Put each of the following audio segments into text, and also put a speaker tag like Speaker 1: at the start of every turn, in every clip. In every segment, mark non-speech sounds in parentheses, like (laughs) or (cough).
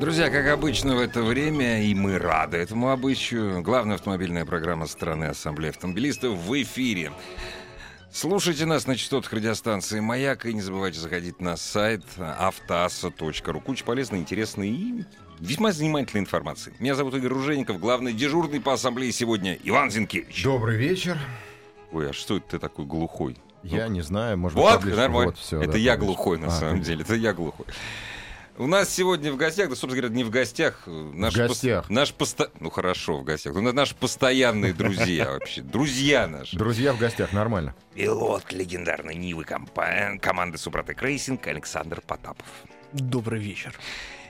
Speaker 1: Друзья, как обычно в это время, и мы рады этому обычаю, главная автомобильная программа страны Ассамблеи автомобилистов в эфире. Слушайте нас на частотах радиостанции «Маяк» и не забывайте заходить на сайт автоасса.ру. Куча полезной, интересной и весьма занимательной информации. Меня зовут Игорь Ружеников, главный дежурный по ассамблее сегодня Иван Зинкевич.
Speaker 2: Добрый вечер.
Speaker 1: Ой, а что это ты такой глухой?
Speaker 2: Я не знаю, может быть,
Speaker 1: Ну, Вот,
Speaker 2: поближе.
Speaker 1: нормально.
Speaker 2: Вот, всё,
Speaker 1: это
Speaker 2: да,
Speaker 1: я
Speaker 2: поближе.
Speaker 1: глухой, на
Speaker 2: А,
Speaker 1: самом деле. Это я глухой. У нас сегодня в гостях, да, собственно говоря, не в гостях. э, Наш
Speaker 2: гостях.
Speaker 1: наш посто... Ну хорошо, в гостях. Ну, наши постоянные
Speaker 2: (laughs)
Speaker 1: друзья вообще. Друзья наши.
Speaker 2: Друзья в гостях, нормально.
Speaker 1: Пилот легендарной Нивы компа- команды Супротек Рейсинг Александр Потапов.
Speaker 3: Добрый вечер.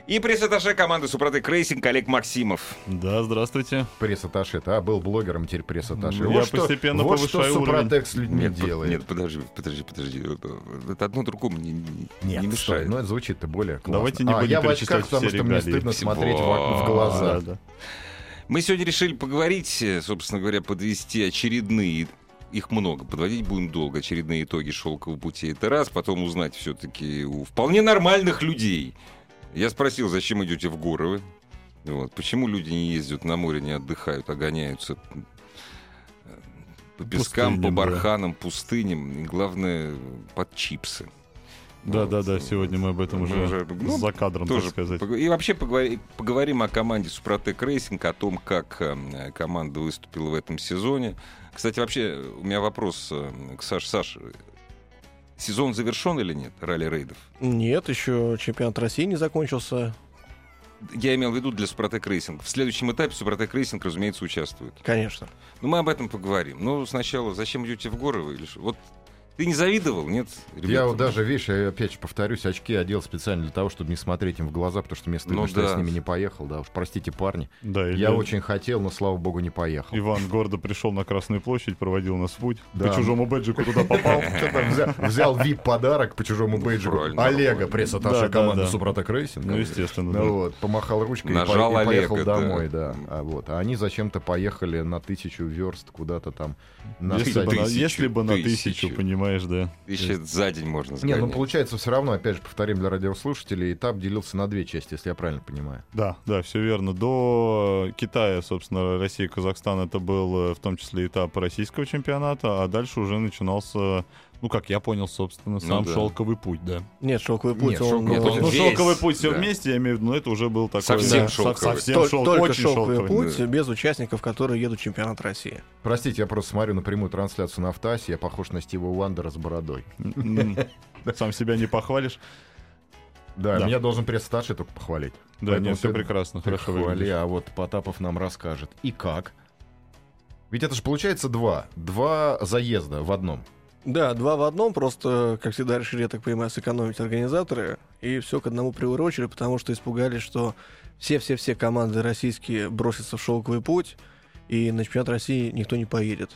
Speaker 1: И пресс-атташе команды Супротек Рейсинг Олег Максимов.
Speaker 4: Да, здравствуйте.
Speaker 2: Пресс-атташе. А, был блогером, теперь пресс-атташе.
Speaker 4: Ну, Я
Speaker 2: вот что-
Speaker 4: постепенно
Speaker 2: вот
Speaker 4: повышаю
Speaker 2: что
Speaker 4: уровень.
Speaker 2: Супротек с людьми
Speaker 1: Нет, по-
Speaker 2: делает.
Speaker 1: Нет, подожди, подожди, подожди. Это одно другому не, не-
Speaker 2: Нет,
Speaker 1: не
Speaker 2: стой,
Speaker 1: мешает.
Speaker 2: ну это звучит-то более классно.
Speaker 4: Давайте не
Speaker 2: а,
Speaker 4: будем
Speaker 2: я в
Speaker 4: перечислять
Speaker 2: очках, потому
Speaker 4: все
Speaker 2: что мне
Speaker 4: регалии.
Speaker 2: стыдно
Speaker 1: Всего.
Speaker 2: смотреть в, в глаза.
Speaker 4: Да, да.
Speaker 1: Мы сегодня решили поговорить, э, собственно говоря, подвести очередные их много, подводить будем долго. Очередные итоги шелкового пути это раз, потом узнать все-таки у вполне нормальных людей. Я спросил, зачем идете в горы вы? Вот. Почему люди не ездят на море, не отдыхают, а гоняются м, э, по пескам,
Speaker 4: Пустыням,
Speaker 1: по
Speaker 4: да.
Speaker 1: барханам, пустыням, и главное, под чипсы.
Speaker 4: Да,
Speaker 1: Вот.
Speaker 4: да, да, сегодня мы об этом
Speaker 1: Мы
Speaker 4: уже
Speaker 1: ну,
Speaker 4: за кадром, так
Speaker 1: тоже
Speaker 4: сказать.
Speaker 1: пог- И вообще поговори- поговорим о команде Супротек Рейсинг, о том, как э, команда выступила в этом сезоне. Кстати, вообще, у меня вопрос э, к Саше. Саш, э, сезон завершен или нет ралли рейдов?
Speaker 3: Нет, еще чемпионат России не закончился.
Speaker 1: Я имел в виду для Супротек Рейсинг. В следующем этапе Супротек Рейсинг, разумеется, участвует.
Speaker 3: Конечно.
Speaker 1: Но мы об этом поговорим. Но сначала, зачем идете в горы? вы или что? Вот ты не завидовал, нет?
Speaker 2: Я
Speaker 1: ребята?
Speaker 2: вот даже, видишь, я опять же повторюсь, очки одел специально для того, чтобы не смотреть им в глаза, потому что мне стыдно,
Speaker 1: Ну
Speaker 2: что я
Speaker 1: да.
Speaker 2: с ними не поехал. Да уж, простите, парни.
Speaker 4: Да,
Speaker 2: Я
Speaker 4: Илья-
Speaker 2: очень хотел, но, слава богу, не поехал.
Speaker 4: Иван гордо пришел на Красную площадь, проводил нас в путь.
Speaker 2: Да.
Speaker 4: По чужому бэджику
Speaker 2: (laughs)
Speaker 4: туда
Speaker 1: (laughs)
Speaker 4: попал.
Speaker 2: Взя- Взял VIP-подарок по чужому
Speaker 1: Ну,
Speaker 2: бейджику.
Speaker 1: правильно,
Speaker 2: Олега,
Speaker 1: нормально.
Speaker 2: пресс-атташе
Speaker 4: Да, да,
Speaker 2: команды
Speaker 4: да.
Speaker 2: Супротек Рейсинг.
Speaker 4: Ну, естественно,
Speaker 2: Ну
Speaker 4: да.
Speaker 2: вот, помахал ручкой и
Speaker 1: Нажал
Speaker 2: по- и, поехал
Speaker 1: Олега, да.
Speaker 2: домой, да. А, вот. а они зачем-то поехали на тысячу верст куда-то там. На
Speaker 4: Если бы
Speaker 2: сайт.
Speaker 4: на-
Speaker 1: Тысячу,
Speaker 4: Если бы на
Speaker 1: тысячу.
Speaker 4: тысячу, понимаешь, да.
Speaker 1: Еще за день можно
Speaker 2: Не,
Speaker 1: сказать.
Speaker 2: ну получается все равно, опять же, повторим для радиослушателей, этап делился на две части, если я правильно понимаю.
Speaker 4: Да, да, все верно. До Китая, собственно, Россия, Казахстан, это был э, в том числе этап российского чемпионата, а дальше уже начинался, ну, как я понял, собственно, сам
Speaker 1: Ну да.
Speaker 4: шелковый путь, да.
Speaker 3: Нет, шелковый путь.
Speaker 2: Нет,
Speaker 3: он,
Speaker 2: «Шелковый
Speaker 3: он-
Speaker 2: путь».
Speaker 4: Ну,
Speaker 1: Весь,
Speaker 4: шелковый путь все
Speaker 1: да.
Speaker 4: вместе, я имею в виду, но это уже был такой...
Speaker 1: Совсем
Speaker 4: да,
Speaker 1: шелковый.
Speaker 4: со- Совсем
Speaker 3: тол-
Speaker 4: шел-
Speaker 3: только
Speaker 4: очень
Speaker 3: шелковый,
Speaker 4: шелковый.
Speaker 3: путь
Speaker 1: Да.
Speaker 3: без участников, которые едут в чемпионат России.
Speaker 2: Простите, я просто смотрю на прямую трансляцию на автоасе, я похож на Стива Уандера с бородой.
Speaker 4: М, Сам себя не похвалишь.
Speaker 2: Да,
Speaker 4: Да.
Speaker 2: меня должен пресс-атташе только похвалить.
Speaker 4: Да,
Speaker 2: Поэтому
Speaker 4: нет, все
Speaker 2: ты-
Speaker 4: прекрасно,
Speaker 2: Ты
Speaker 4: хорошо
Speaker 2: хвали,
Speaker 4: выглядишь.
Speaker 2: а вот Потапов нам расскажет. И как? Ведь это же получается два. Два заезда в одном.
Speaker 3: Да, два в одном, просто, как всегда, решили, я так понимаю, сэкономить организаторы. И все к одному приурочили, потому что испугались, что все-все-все команды российские бросятся в шелковый путь, и на чемпионат России никто не поедет.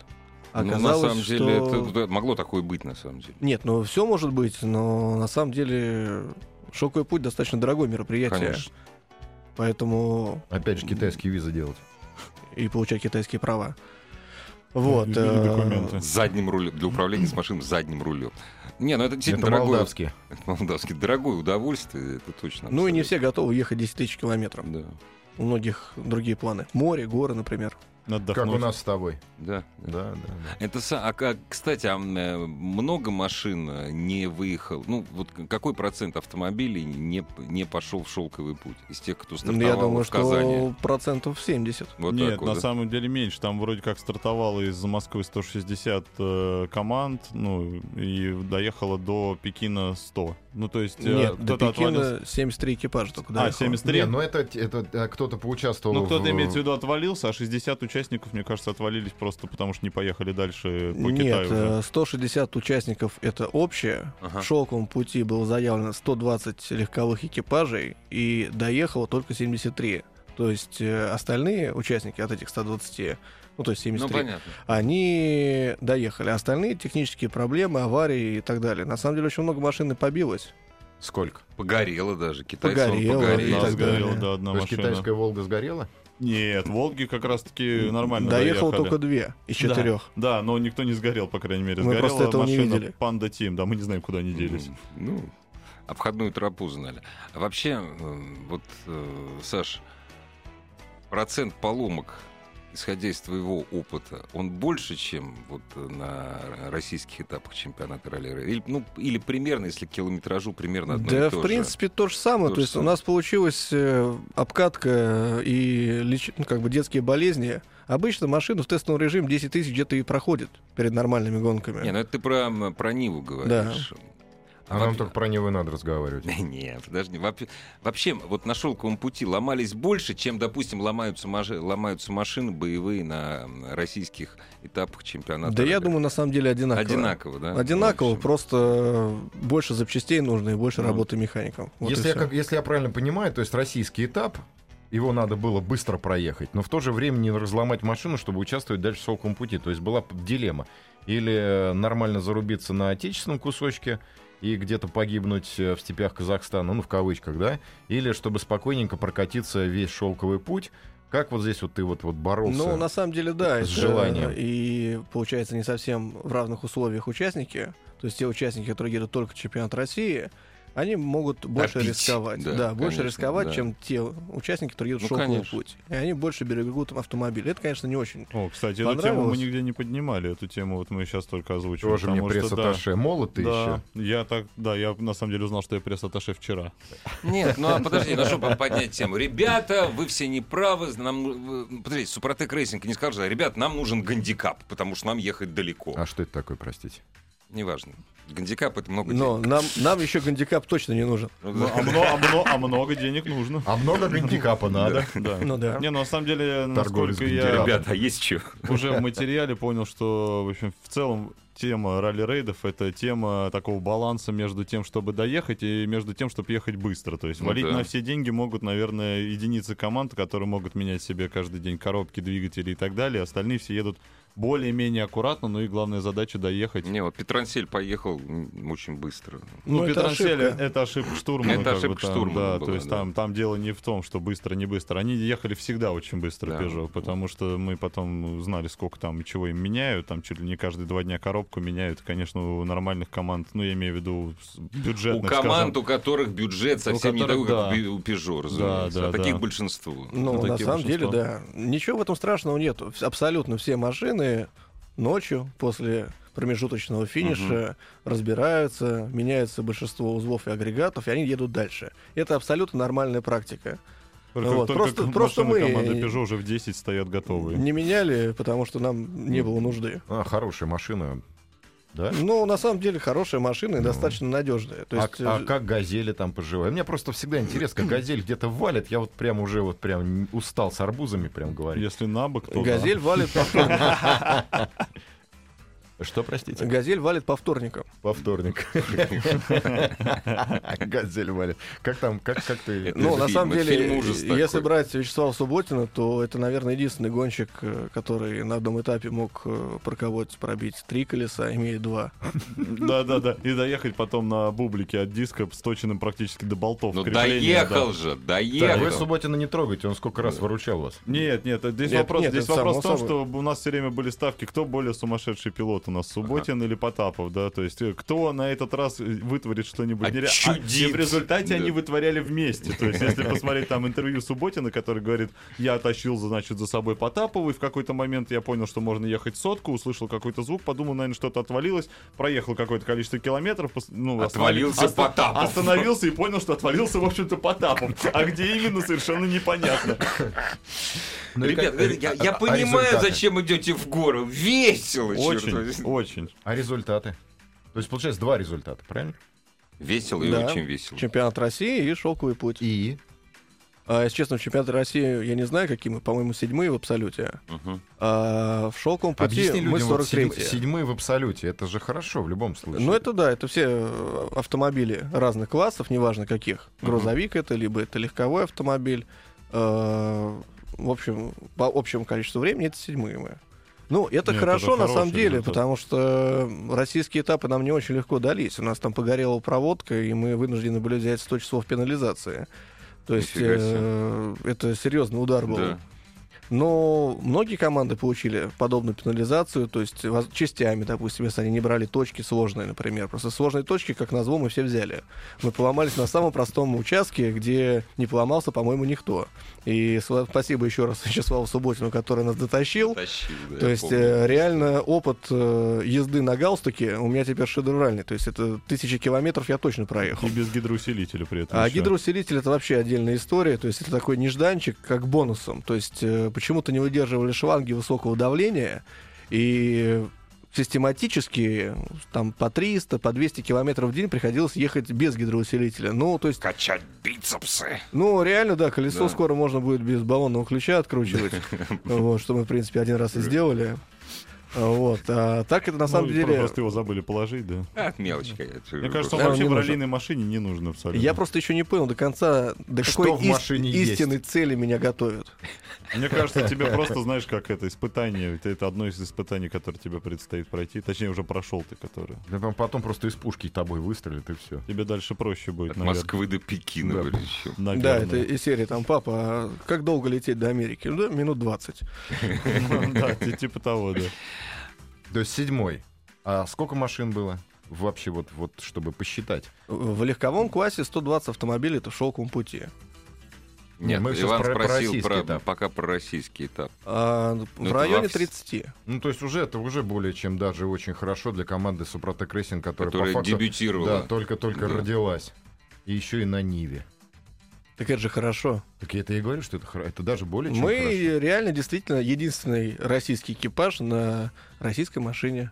Speaker 1: Ну,
Speaker 3: Оказалось,
Speaker 1: на самом
Speaker 3: что...
Speaker 1: деле, это, да, могло такое быть, на самом деле.
Speaker 3: Нет, ну все может быть, но на самом деле шоковый путь достаточно дорогое мероприятие.
Speaker 1: Конечно.
Speaker 3: Поэтому
Speaker 2: Опять же, китайские визы делать.
Speaker 3: и получать китайские права. Вот.
Speaker 4: Или
Speaker 3: э,
Speaker 4: Ну, документы.
Speaker 1: С задним рулем. Для управления с машиной с задним рулем. Не, ну это
Speaker 2: Это
Speaker 1: действительно дорогое.
Speaker 2: молдавские.
Speaker 1: Молдавский. Дорогое удовольствие, это точно.
Speaker 3: Ну и не
Speaker 1: абсолютно.
Speaker 3: все готовы ехать 10 тысяч километров.
Speaker 1: Да,
Speaker 3: У многих другие планы. Море, горы, например.
Speaker 2: Как
Speaker 4: Отдохнуть.
Speaker 2: у нас с тобой.
Speaker 1: да.
Speaker 2: Да, да, да.
Speaker 1: Это са- а, как- кстати, а, м, э, много машин э, не выехал. Ну, вот к- какой процент автомобилей не, не пошел в шелковый путь из тех, кто
Speaker 3: Ну,
Speaker 1: стартовал
Speaker 3: Я думаю,
Speaker 1: в Казани?
Speaker 3: что процентов 70.
Speaker 1: Вот
Speaker 4: Нет,
Speaker 1: так вот,
Speaker 4: на
Speaker 1: да?
Speaker 4: самом деле меньше. Там вроде как стартовало из Москвы 160 э, команд, ну, и доехало до Пекина 100. Ну, то есть э,
Speaker 3: Нет, до
Speaker 4: кто-то
Speaker 3: Пекина
Speaker 4: отвалился.
Speaker 3: 73 экипажа только
Speaker 4: А,
Speaker 3: доехало.
Speaker 4: 73?
Speaker 2: Не, ну это, это э, кто-то поучаствовал
Speaker 4: Ну, кто-то
Speaker 2: в-
Speaker 4: имеется в виду отвалился, а 60 участников, мне кажется, отвалились просто потому, что не поехали дальше по
Speaker 3: Нет,
Speaker 4: Китаю уже.
Speaker 3: э, 160 участников это общее.
Speaker 1: Ага.
Speaker 3: В шелковом пути было заявлено 120 легковых экипажей, и доехало только 73. То есть э, остальные участники от этих 120, ну то есть
Speaker 1: Ну,
Speaker 3: 73,
Speaker 1: понятно.
Speaker 3: они доехали. А Остальные технические проблемы, аварии и так далее. На самом деле очень много машин и побилось.
Speaker 2: э, Сколько?
Speaker 1: Погорело даже. Китайцы
Speaker 3: Погорело,
Speaker 4: Одна
Speaker 3: и так
Speaker 4: сгорела,
Speaker 3: далее.
Speaker 4: да, одна
Speaker 2: То есть
Speaker 4: машина.
Speaker 2: китайская Волга сгорела?
Speaker 4: Нет, Волги как раз-таки нормально
Speaker 3: Доехало
Speaker 4: доехали.
Speaker 3: только две из
Speaker 4: Да.
Speaker 3: четырех.
Speaker 4: Да, но никто не сгорел, по крайней мере.
Speaker 3: Мы
Speaker 4: Сгорела
Speaker 3: просто этого не
Speaker 4: машина
Speaker 3: видели.
Speaker 4: Панда Тим, да, мы не знаем, куда они делись.
Speaker 1: М, Ну, обходную тропу знали. А вообще, э, вот, э, Саш, процент поломок, исходя из твоего опыта, он больше, чем вот на российских этапах чемпионата ралли? Или, ну, или примерно, если к километражу, примерно типа, одно
Speaker 3: Да,
Speaker 1: и то
Speaker 3: в
Speaker 1: же?
Speaker 3: принципе, то же самое.
Speaker 1: То же
Speaker 3: То, есть
Speaker 1: самое.
Speaker 3: у нас получилась э, обкатка э, и леч- ну, как бы детские болезни. Обычно машину в тестовом режиме 10 тысяч где-то и проходит перед нормальными гонками.
Speaker 1: Не, ну это ты про, м, про Ниву говоришь.
Speaker 2: А нам только про него и надо
Speaker 1: (laughs)
Speaker 2: разговаривать.
Speaker 1: Нет, подожди. Вообще, вообще, вот на шелковом пути ломались больше, чем, допустим, ломаются, мажи- ломаются машины боевые на м, российских этапах чемпионата.
Speaker 3: да я
Speaker 1: ралли.
Speaker 3: думаю, на самом деле одинаково.
Speaker 1: Одинаково, да?
Speaker 3: Одинаково,
Speaker 1: В общем.
Speaker 3: просто э, больше запчастей нужно и больше
Speaker 1: Ну.
Speaker 3: работы механикам. Вот и
Speaker 2: если, я,
Speaker 3: всё.
Speaker 2: как- если я правильно понимаю, то есть российский этап, его надо было быстро проехать, но в то же время не разломать машину, чтобы участвовать дальше в шелковом пути. То есть была п- дилемма. Или э, нормально зарубиться на отечественном кусочке и где-то погибнуть э, в степях Казахстана, ну, в кавычках, да? Или чтобы спокойненько прокатиться весь шелковый путь. Как вот здесь вот ты вот, вот боролся?
Speaker 3: Ну, на самом деле, да.
Speaker 2: с желанием.
Speaker 3: И получается не совсем в равных условиях участники. То есть те участники, которые едут только в чемпионат России, они могут больше
Speaker 1: Топить,
Speaker 3: рисковать.
Speaker 1: да,
Speaker 3: Да, больше
Speaker 1: конечно,
Speaker 3: рисковать,
Speaker 1: да.
Speaker 3: чем те участники, которые едут
Speaker 1: Ну,
Speaker 3: в шелковый
Speaker 1: конечно.
Speaker 3: путь. И они больше берегут автомобиль. Это, конечно, не очень.
Speaker 4: О, кстати, эту тему мы
Speaker 3: Понравилось?
Speaker 4: нигде не поднимали. Эту тему вот мы сейчас только озвучили.
Speaker 2: Чего же мне
Speaker 4: потому что,
Speaker 2: пресса
Speaker 4: да,
Speaker 2: Таше молот ты
Speaker 4: да,
Speaker 2: еще?
Speaker 4: я так, да, я на самом деле узнал, что я
Speaker 2: (laughs)
Speaker 4: пресс-атташе вчера.
Speaker 1: Нет, ну а подожди,
Speaker 3: (laughs)
Speaker 1: ну что поднять тему? Ребята, вы все неправы. Нам... э, Подожди, Супротек Рейсинг не сказал, что, ребят, нам нужен гандикап, потому что нам ехать далеко.
Speaker 2: А что это такое, простите?
Speaker 1: Неважно. Гандикап — это много
Speaker 3: Но нам, нам еще гандикап точно не нужен.
Speaker 1: денег.
Speaker 4: Ну, А мно- а мно- а много денег нужно.
Speaker 2: А (laughs) много гандикапа надо.
Speaker 4: Да.
Speaker 3: Ну
Speaker 2: А,
Speaker 3: да.
Speaker 4: Не, ну на самом деле,
Speaker 2: Торговец
Speaker 4: насколько
Speaker 2: гандикапом.
Speaker 3: (laughs)
Speaker 4: я
Speaker 1: Ребята, а есть что?
Speaker 4: уже в материале понял, что в общем в целом тема ралли-рейдов это тема такого баланса между тем, чтобы доехать и между тем, чтобы ехать быстро. То есть
Speaker 1: Ну
Speaker 4: валить
Speaker 1: да.
Speaker 4: на все деньги могут, наверное, единицы команд, которые могут менять себе каждый день коробки, двигатели и так далее. Остальные все едут более-менее аккуратно, ну и главная задача доехать.
Speaker 1: Не, вот Петрансель поехал м, очень быстро.
Speaker 4: Ну,
Speaker 3: это
Speaker 4: Петрансель
Speaker 3: ошибка.
Speaker 4: это ошибка штурмана.
Speaker 1: Это
Speaker 4: как бы
Speaker 1: ошибка
Speaker 4: там,
Speaker 1: штурмана
Speaker 4: Да,
Speaker 1: была,
Speaker 4: то есть
Speaker 1: да.
Speaker 4: там, там дело не в том, что быстро, не быстро. Они ехали всегда очень быстро
Speaker 1: Да.
Speaker 4: Peugeot, потому что мы потом знали, сколько там и чего им меняют. Там чуть ли не каждые два дня коробку меняют. Конечно, у нормальных команд, ну, я имею в виду с- бюджетных,
Speaker 1: У команд,
Speaker 4: скажем.
Speaker 1: у которых бюджет совсем не
Speaker 4: которых,
Speaker 1: такой, как
Speaker 4: да.
Speaker 1: у Би- у Peugeot, разумеется.
Speaker 4: да,
Speaker 1: а таких
Speaker 4: да.
Speaker 1: большинство.
Speaker 3: Ну,
Speaker 4: Ну,
Speaker 3: на
Speaker 4: такие
Speaker 3: самом деле,
Speaker 4: большинства.
Speaker 3: да. Ничего в этом страшного нет. Вс- Абсолютно все машины ночью после промежуточного финиша разбираются, меняется большинство узлов и агрегатов, и они едут дальше. Это абсолютно нормальная практика.
Speaker 4: Только,
Speaker 3: Вот,
Speaker 4: только
Speaker 3: просто-
Speaker 4: машины
Speaker 3: просто мы-
Speaker 4: команды Peugeot уже в 10 стоят готовые.
Speaker 3: Не меняли, потому что нам не было нужды.
Speaker 2: А, хорошая машина. Да?
Speaker 3: Но на самом деле хорошая машина и достаточно надежная. То
Speaker 2: А-
Speaker 3: есть,
Speaker 2: а,
Speaker 3: э,
Speaker 2: как газели там поживают? Мне просто всегда интересно, как газель где-то валит. Я вот прям уже вот прям н- устал с арбузами прям говорить.
Speaker 4: Если на бок, то да. (laughs)
Speaker 3: газель валит по вторникам.
Speaker 2: Что, простите?
Speaker 3: Газель валит по вторникам.
Speaker 2: По вторник. (laughs) Газель валит. Как там, как, как ты...
Speaker 1: Это
Speaker 3: Ну,
Speaker 1: фильм,
Speaker 3: на самом
Speaker 1: это
Speaker 3: деле,
Speaker 1: фильм ужас
Speaker 3: если
Speaker 1: такой.
Speaker 3: брать Вячеслава Субботина, то это, наверное, единственный гонщик, э, который на одном этапе мог э, парковать, пробить три колеса,
Speaker 1: (laughs)
Speaker 3: имея два.
Speaker 4: Да-да-да. И доехать потом на бублике от диска, сточенным практически до болтов.
Speaker 1: Ну
Speaker 4: Крепление, да.
Speaker 1: доехал же,
Speaker 2: Так, вы
Speaker 1: доехал.
Speaker 2: Субботина не трогайте, он сколько раз выручал вас.
Speaker 4: Нет, нет, это здесь
Speaker 3: Нет,
Speaker 4: вопрос,
Speaker 3: нет,
Speaker 4: здесь
Speaker 3: это
Speaker 4: вопрос в
Speaker 3: само
Speaker 4: том, что у нас все время были ставки, кто более сумасшедший пилот у нас, Субботин или Потапов, да, то есть э, кто на этот раз э, вытворит что-нибудь
Speaker 1: А
Speaker 4: нереа-
Speaker 1: чудит.
Speaker 4: и в результате
Speaker 1: Да.
Speaker 4: они вытворяли вместе, то
Speaker 1: (laughs)
Speaker 4: есть если посмотреть там интервью Субботина, который говорит, я тащил, значит, за собой Потапова, и в какой-то момент я понял, что можно ехать сотку, услышал какой-то звук, подумал, наверное, что-то отвалилось, проехал какое-то количество километров, пос- ну, остановил-
Speaker 1: Отвалился Потапов.
Speaker 4: Остановился и понял, что отвалился, в общем-то, Потапов, а где именно, совершенно непонятно.
Speaker 2: Ну и
Speaker 1: Ребят, э,
Speaker 2: как-
Speaker 1: говорю, я, я
Speaker 2: а- а
Speaker 1: понимаю,
Speaker 2: результаты?
Speaker 1: зачем идете в гору. Весело, черт
Speaker 4: Очень,
Speaker 1: возьми.
Speaker 4: очень.
Speaker 2: А результаты? То есть, получается, два результата, правильно?
Speaker 1: Весело и
Speaker 3: Да.
Speaker 1: очень весело.
Speaker 3: Чемпионат России и шелковый путь.
Speaker 2: И?
Speaker 3: А, если честно, в чемпионате России я не знаю, какие мы, по-моему, седьмые в абсолюте.
Speaker 1: Мгм.
Speaker 3: А в шелковом пути
Speaker 2: Объясни
Speaker 3: мы
Speaker 2: людям, вот
Speaker 3: 43
Speaker 2: седь- седьмые в абсолюте, это же хорошо в любом случае.
Speaker 3: Ну, это да, это все э, автомобили разных классов, неважно каких. Грузовик это, либо это легковой автомобиль. Э, В общем, по общему количеству времени это седьмые мы. Ну, это
Speaker 4: Нет,
Speaker 3: хорошо
Speaker 4: это
Speaker 3: на самом
Speaker 4: хороший
Speaker 3: деле,
Speaker 4: результат.
Speaker 3: потому что российские этапы нам не очень легко дались. У нас там погорела проводка, и мы вынуждены были взять 100 часов пенализации. То есть
Speaker 1: Нифига
Speaker 3: э, это серьезный удар был.
Speaker 1: Да.
Speaker 3: Но многие команды получили подобную пенализацию, то есть воз- частями, допустим, если они не брали точки сложные, например. Просто сложные точки, как назло, мы все взяли. Мы поломались на самом простом участке, где не поломался, по-моему, никто. И сва- спасибо еще раз (laughs) Вячеславу Субботину, который нас дотащил.
Speaker 1: Тащил, да,
Speaker 3: То
Speaker 1: я
Speaker 3: есть
Speaker 1: помню.
Speaker 3: э, реально опыт э, езды на галстуке у меня теперь шедевральный. То есть это тысячи километров я точно проехал.
Speaker 4: И без гидроусилителя при этом.
Speaker 3: А
Speaker 4: ещё.
Speaker 3: гидроусилитель это вообще отдельная история, то есть это такой нежданчик, как бонусом. То есть э, почему-то не выдерживали шланги высокого давления и систематически там по 300, по 200 километров в день приходилось ехать без гидроусилителя. Ну, то есть,
Speaker 1: Качать бицепсы.
Speaker 3: ну, реально, да, колесо
Speaker 1: Да.
Speaker 3: скоро можно будет без баллонного ключа откручивать, вот, что мы, в принципе, один раз и сделали. Вот, а так это на
Speaker 4: Ну,
Speaker 3: самом
Speaker 4: и
Speaker 3: деле...
Speaker 4: Просто его забыли положить, да.
Speaker 1: А, мелочь какая-то.
Speaker 4: Мне кажется, он
Speaker 3: Да,
Speaker 4: вообще
Speaker 3: не
Speaker 4: в
Speaker 3: нужно.
Speaker 4: раллийной машине не нужен абсолютно.
Speaker 3: Я просто еще не понял до конца, до
Speaker 2: Что
Speaker 3: какой
Speaker 2: в
Speaker 3: ис-
Speaker 2: машине есть?
Speaker 3: истинной цели меня готовят.
Speaker 4: Мне кажется,
Speaker 3: (laughs)
Speaker 4: тебе просто, знаешь, как это испытание. Это, это одно из испытаний, которое тебе предстоит пройти. Точнее, уже прошел ты, которое.
Speaker 2: Да там потом просто из пушки тобой выстрелят и все.
Speaker 4: Тебе дальше проще будет,
Speaker 1: От
Speaker 4: наверное.
Speaker 1: Москвы до Пекина
Speaker 2: Да.
Speaker 1: были еще.
Speaker 4: Наверное.
Speaker 3: Да, это из серии там, папа, а как долго лететь до Америки? Ну, да, минут 20.
Speaker 4: (laughs) Да, ти- типа того, да.
Speaker 2: То есть седьмой. А сколько машин было? Вообще вот, вот чтобы посчитать.
Speaker 3: В легковом классе 120 автомобилей это в шелковом пути.
Speaker 1: Нет,
Speaker 2: мы сейчас
Speaker 1: Иван
Speaker 2: про- про
Speaker 1: спросил
Speaker 2: российский
Speaker 1: про,
Speaker 2: этап.
Speaker 1: пока про российский этап.
Speaker 3: А
Speaker 1: это
Speaker 3: в районе
Speaker 1: во вс-
Speaker 3: 30.
Speaker 2: Ну, то есть уже это уже более чем даже очень хорошо для команды Супротек Рейсинг, которая,
Speaker 1: Которая
Speaker 2: по факту,
Speaker 1: дебютировала.
Speaker 2: Да, только-только
Speaker 1: Да.
Speaker 2: родилась. И еще и на Ниве.
Speaker 3: Так это же хорошо.
Speaker 2: Так я это и говорю, что это, хоро- это даже более чем
Speaker 3: Мы
Speaker 2: хорошо.
Speaker 3: реально действительно единственный российский экипаж на российской машине.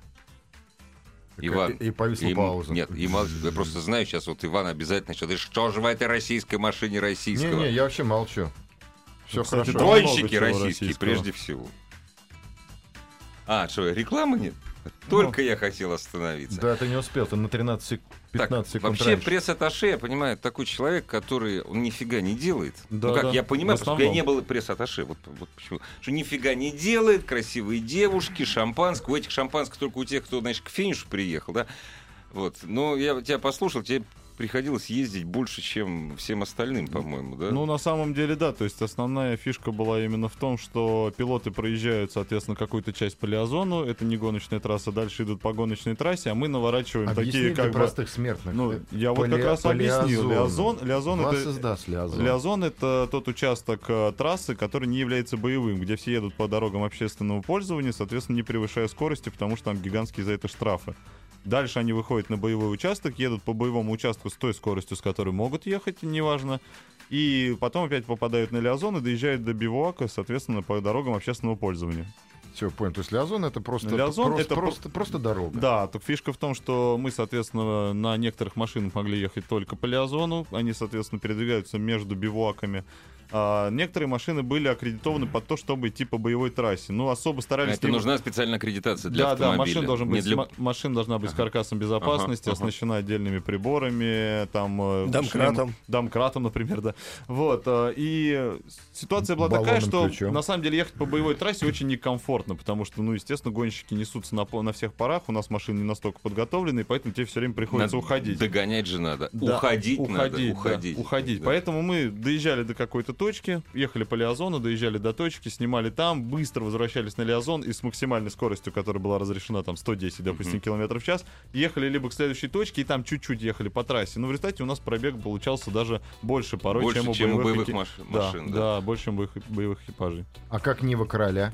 Speaker 1: Иван,
Speaker 2: И, и повисла
Speaker 1: И м-
Speaker 2: пауза.
Speaker 1: Нет, и мол- я просто знаю сейчас, вот Иван обязательно что ты что же в этой российской машине российского?
Speaker 2: Не-не, я вообще молчу. Все
Speaker 4: Кстати,
Speaker 2: хорошо.
Speaker 4: да. много
Speaker 1: Гонщики
Speaker 4: чего
Speaker 1: российские,
Speaker 4: российского.
Speaker 1: прежде всего. А, что, рекламы нет? Только я хотел остановиться.
Speaker 2: Да, ты не успел, ты на 13 сек- 15
Speaker 1: так,
Speaker 2: секунд
Speaker 1: вообще
Speaker 2: раньше.
Speaker 1: пресс-атташе, я понимаю, такой человек, который он нифига не делает.
Speaker 4: Да,
Speaker 1: ну как,
Speaker 4: да,
Speaker 1: я понимаю,
Speaker 4: в
Speaker 1: потому что я
Speaker 4: основном.
Speaker 1: не был пресс-атташе. Вот, вот почему. Что нифига не делает, красивые девушки, шампанское. У этих шампанское только у тех, кто, значит, к финишу приехал, да? Вот. Но я тебя послушал, тебе приходилось ездить больше, чем всем остальным, по-моему, да?
Speaker 4: Ну, на самом деле, да. То есть основная фишка была именно в том, что пилоты проезжают, соответственно, какую-то часть по Лиазону. Это не гоночная трасса. Дальше идут по гоночной трассе, а мы наворачиваем
Speaker 2: Объясни
Speaker 4: такие
Speaker 2: для
Speaker 4: как бы...
Speaker 2: простых смертных.
Speaker 4: Ну,
Speaker 2: Э,
Speaker 4: я вот
Speaker 2: поле-
Speaker 4: как раз объяснил.
Speaker 2: полиазон.
Speaker 4: Лиазон, лиазон
Speaker 2: Вас
Speaker 4: это...
Speaker 2: издаст лиазон.
Speaker 4: Лиазон — это тот участок э, трассы, который не является боевым, где все едут по дорогам общественного пользования, соответственно, не превышая скорости, потому что там гигантские за это штрафы. Дальше они выходят на боевой участок, едут по боевому участку с той скоростью, с которой могут ехать, неважно. И потом опять попадают на Лиазон и доезжают до Бивуака, соответственно, по дорогам общественного пользования.
Speaker 2: Все, понял. То есть лиазон это просто...
Speaker 4: Лиазон
Speaker 2: просто,
Speaker 4: это
Speaker 2: просто, просто дорога.
Speaker 4: Да, так фишка в том, что мы, соответственно, на некоторых машинах могли ехать только по Лиазону. Они, соответственно, передвигаются между бивуаками. А некоторые машины были аккредитованы под то, чтобы идти по боевой трассе. Ну, особо старались...
Speaker 1: А Это
Speaker 4: не-
Speaker 1: нужна специальная аккредитация для
Speaker 4: да,
Speaker 1: автомобиля.
Speaker 4: да, машина, должен
Speaker 1: Не
Speaker 4: быть,
Speaker 1: для-
Speaker 4: ма- машина должна быть с каркасом безопасности,
Speaker 1: Ага, ага.
Speaker 4: оснащена отдельными приборами, там... э,
Speaker 3: Домкратом.
Speaker 4: шлем- домкратом, например, да. Вот, э, и ситуация была такая,
Speaker 2: Баллонным
Speaker 4: что
Speaker 2: ключом.
Speaker 4: на самом деле ехать по боевой трассе очень некомфортно, потому что, ну, естественно, гонщики несутся на, по- на всех парах, у нас машины не настолько подготовлены, и поэтому тебе все время приходится
Speaker 1: Надо-
Speaker 4: уходить.
Speaker 1: Догонять же надо.
Speaker 4: Да,
Speaker 1: уходить, надо.
Speaker 4: уходить, да,
Speaker 1: Уходить.
Speaker 4: уходить.
Speaker 1: Да.
Speaker 4: Поэтому мы доезжали до какой-то точки, ехали по Лиазону, доезжали до точки, снимали там, быстро возвращались на Лиазон и с максимальной скоростью, которая была разрешена там 110, допустим,
Speaker 1: Мгм.
Speaker 4: километров в час, ехали либо к следующей точке и там чуть-чуть ехали по трассе. Но в результате у нас пробег получался даже больше порой,
Speaker 1: Больше,
Speaker 4: чем у
Speaker 1: чем у
Speaker 4: боевых,
Speaker 1: боевых
Speaker 4: эки-
Speaker 1: маш-
Speaker 4: Да,
Speaker 1: машин. да.
Speaker 4: да, больше, чем у боевых, боевых экипажей.
Speaker 2: А как Нива короля?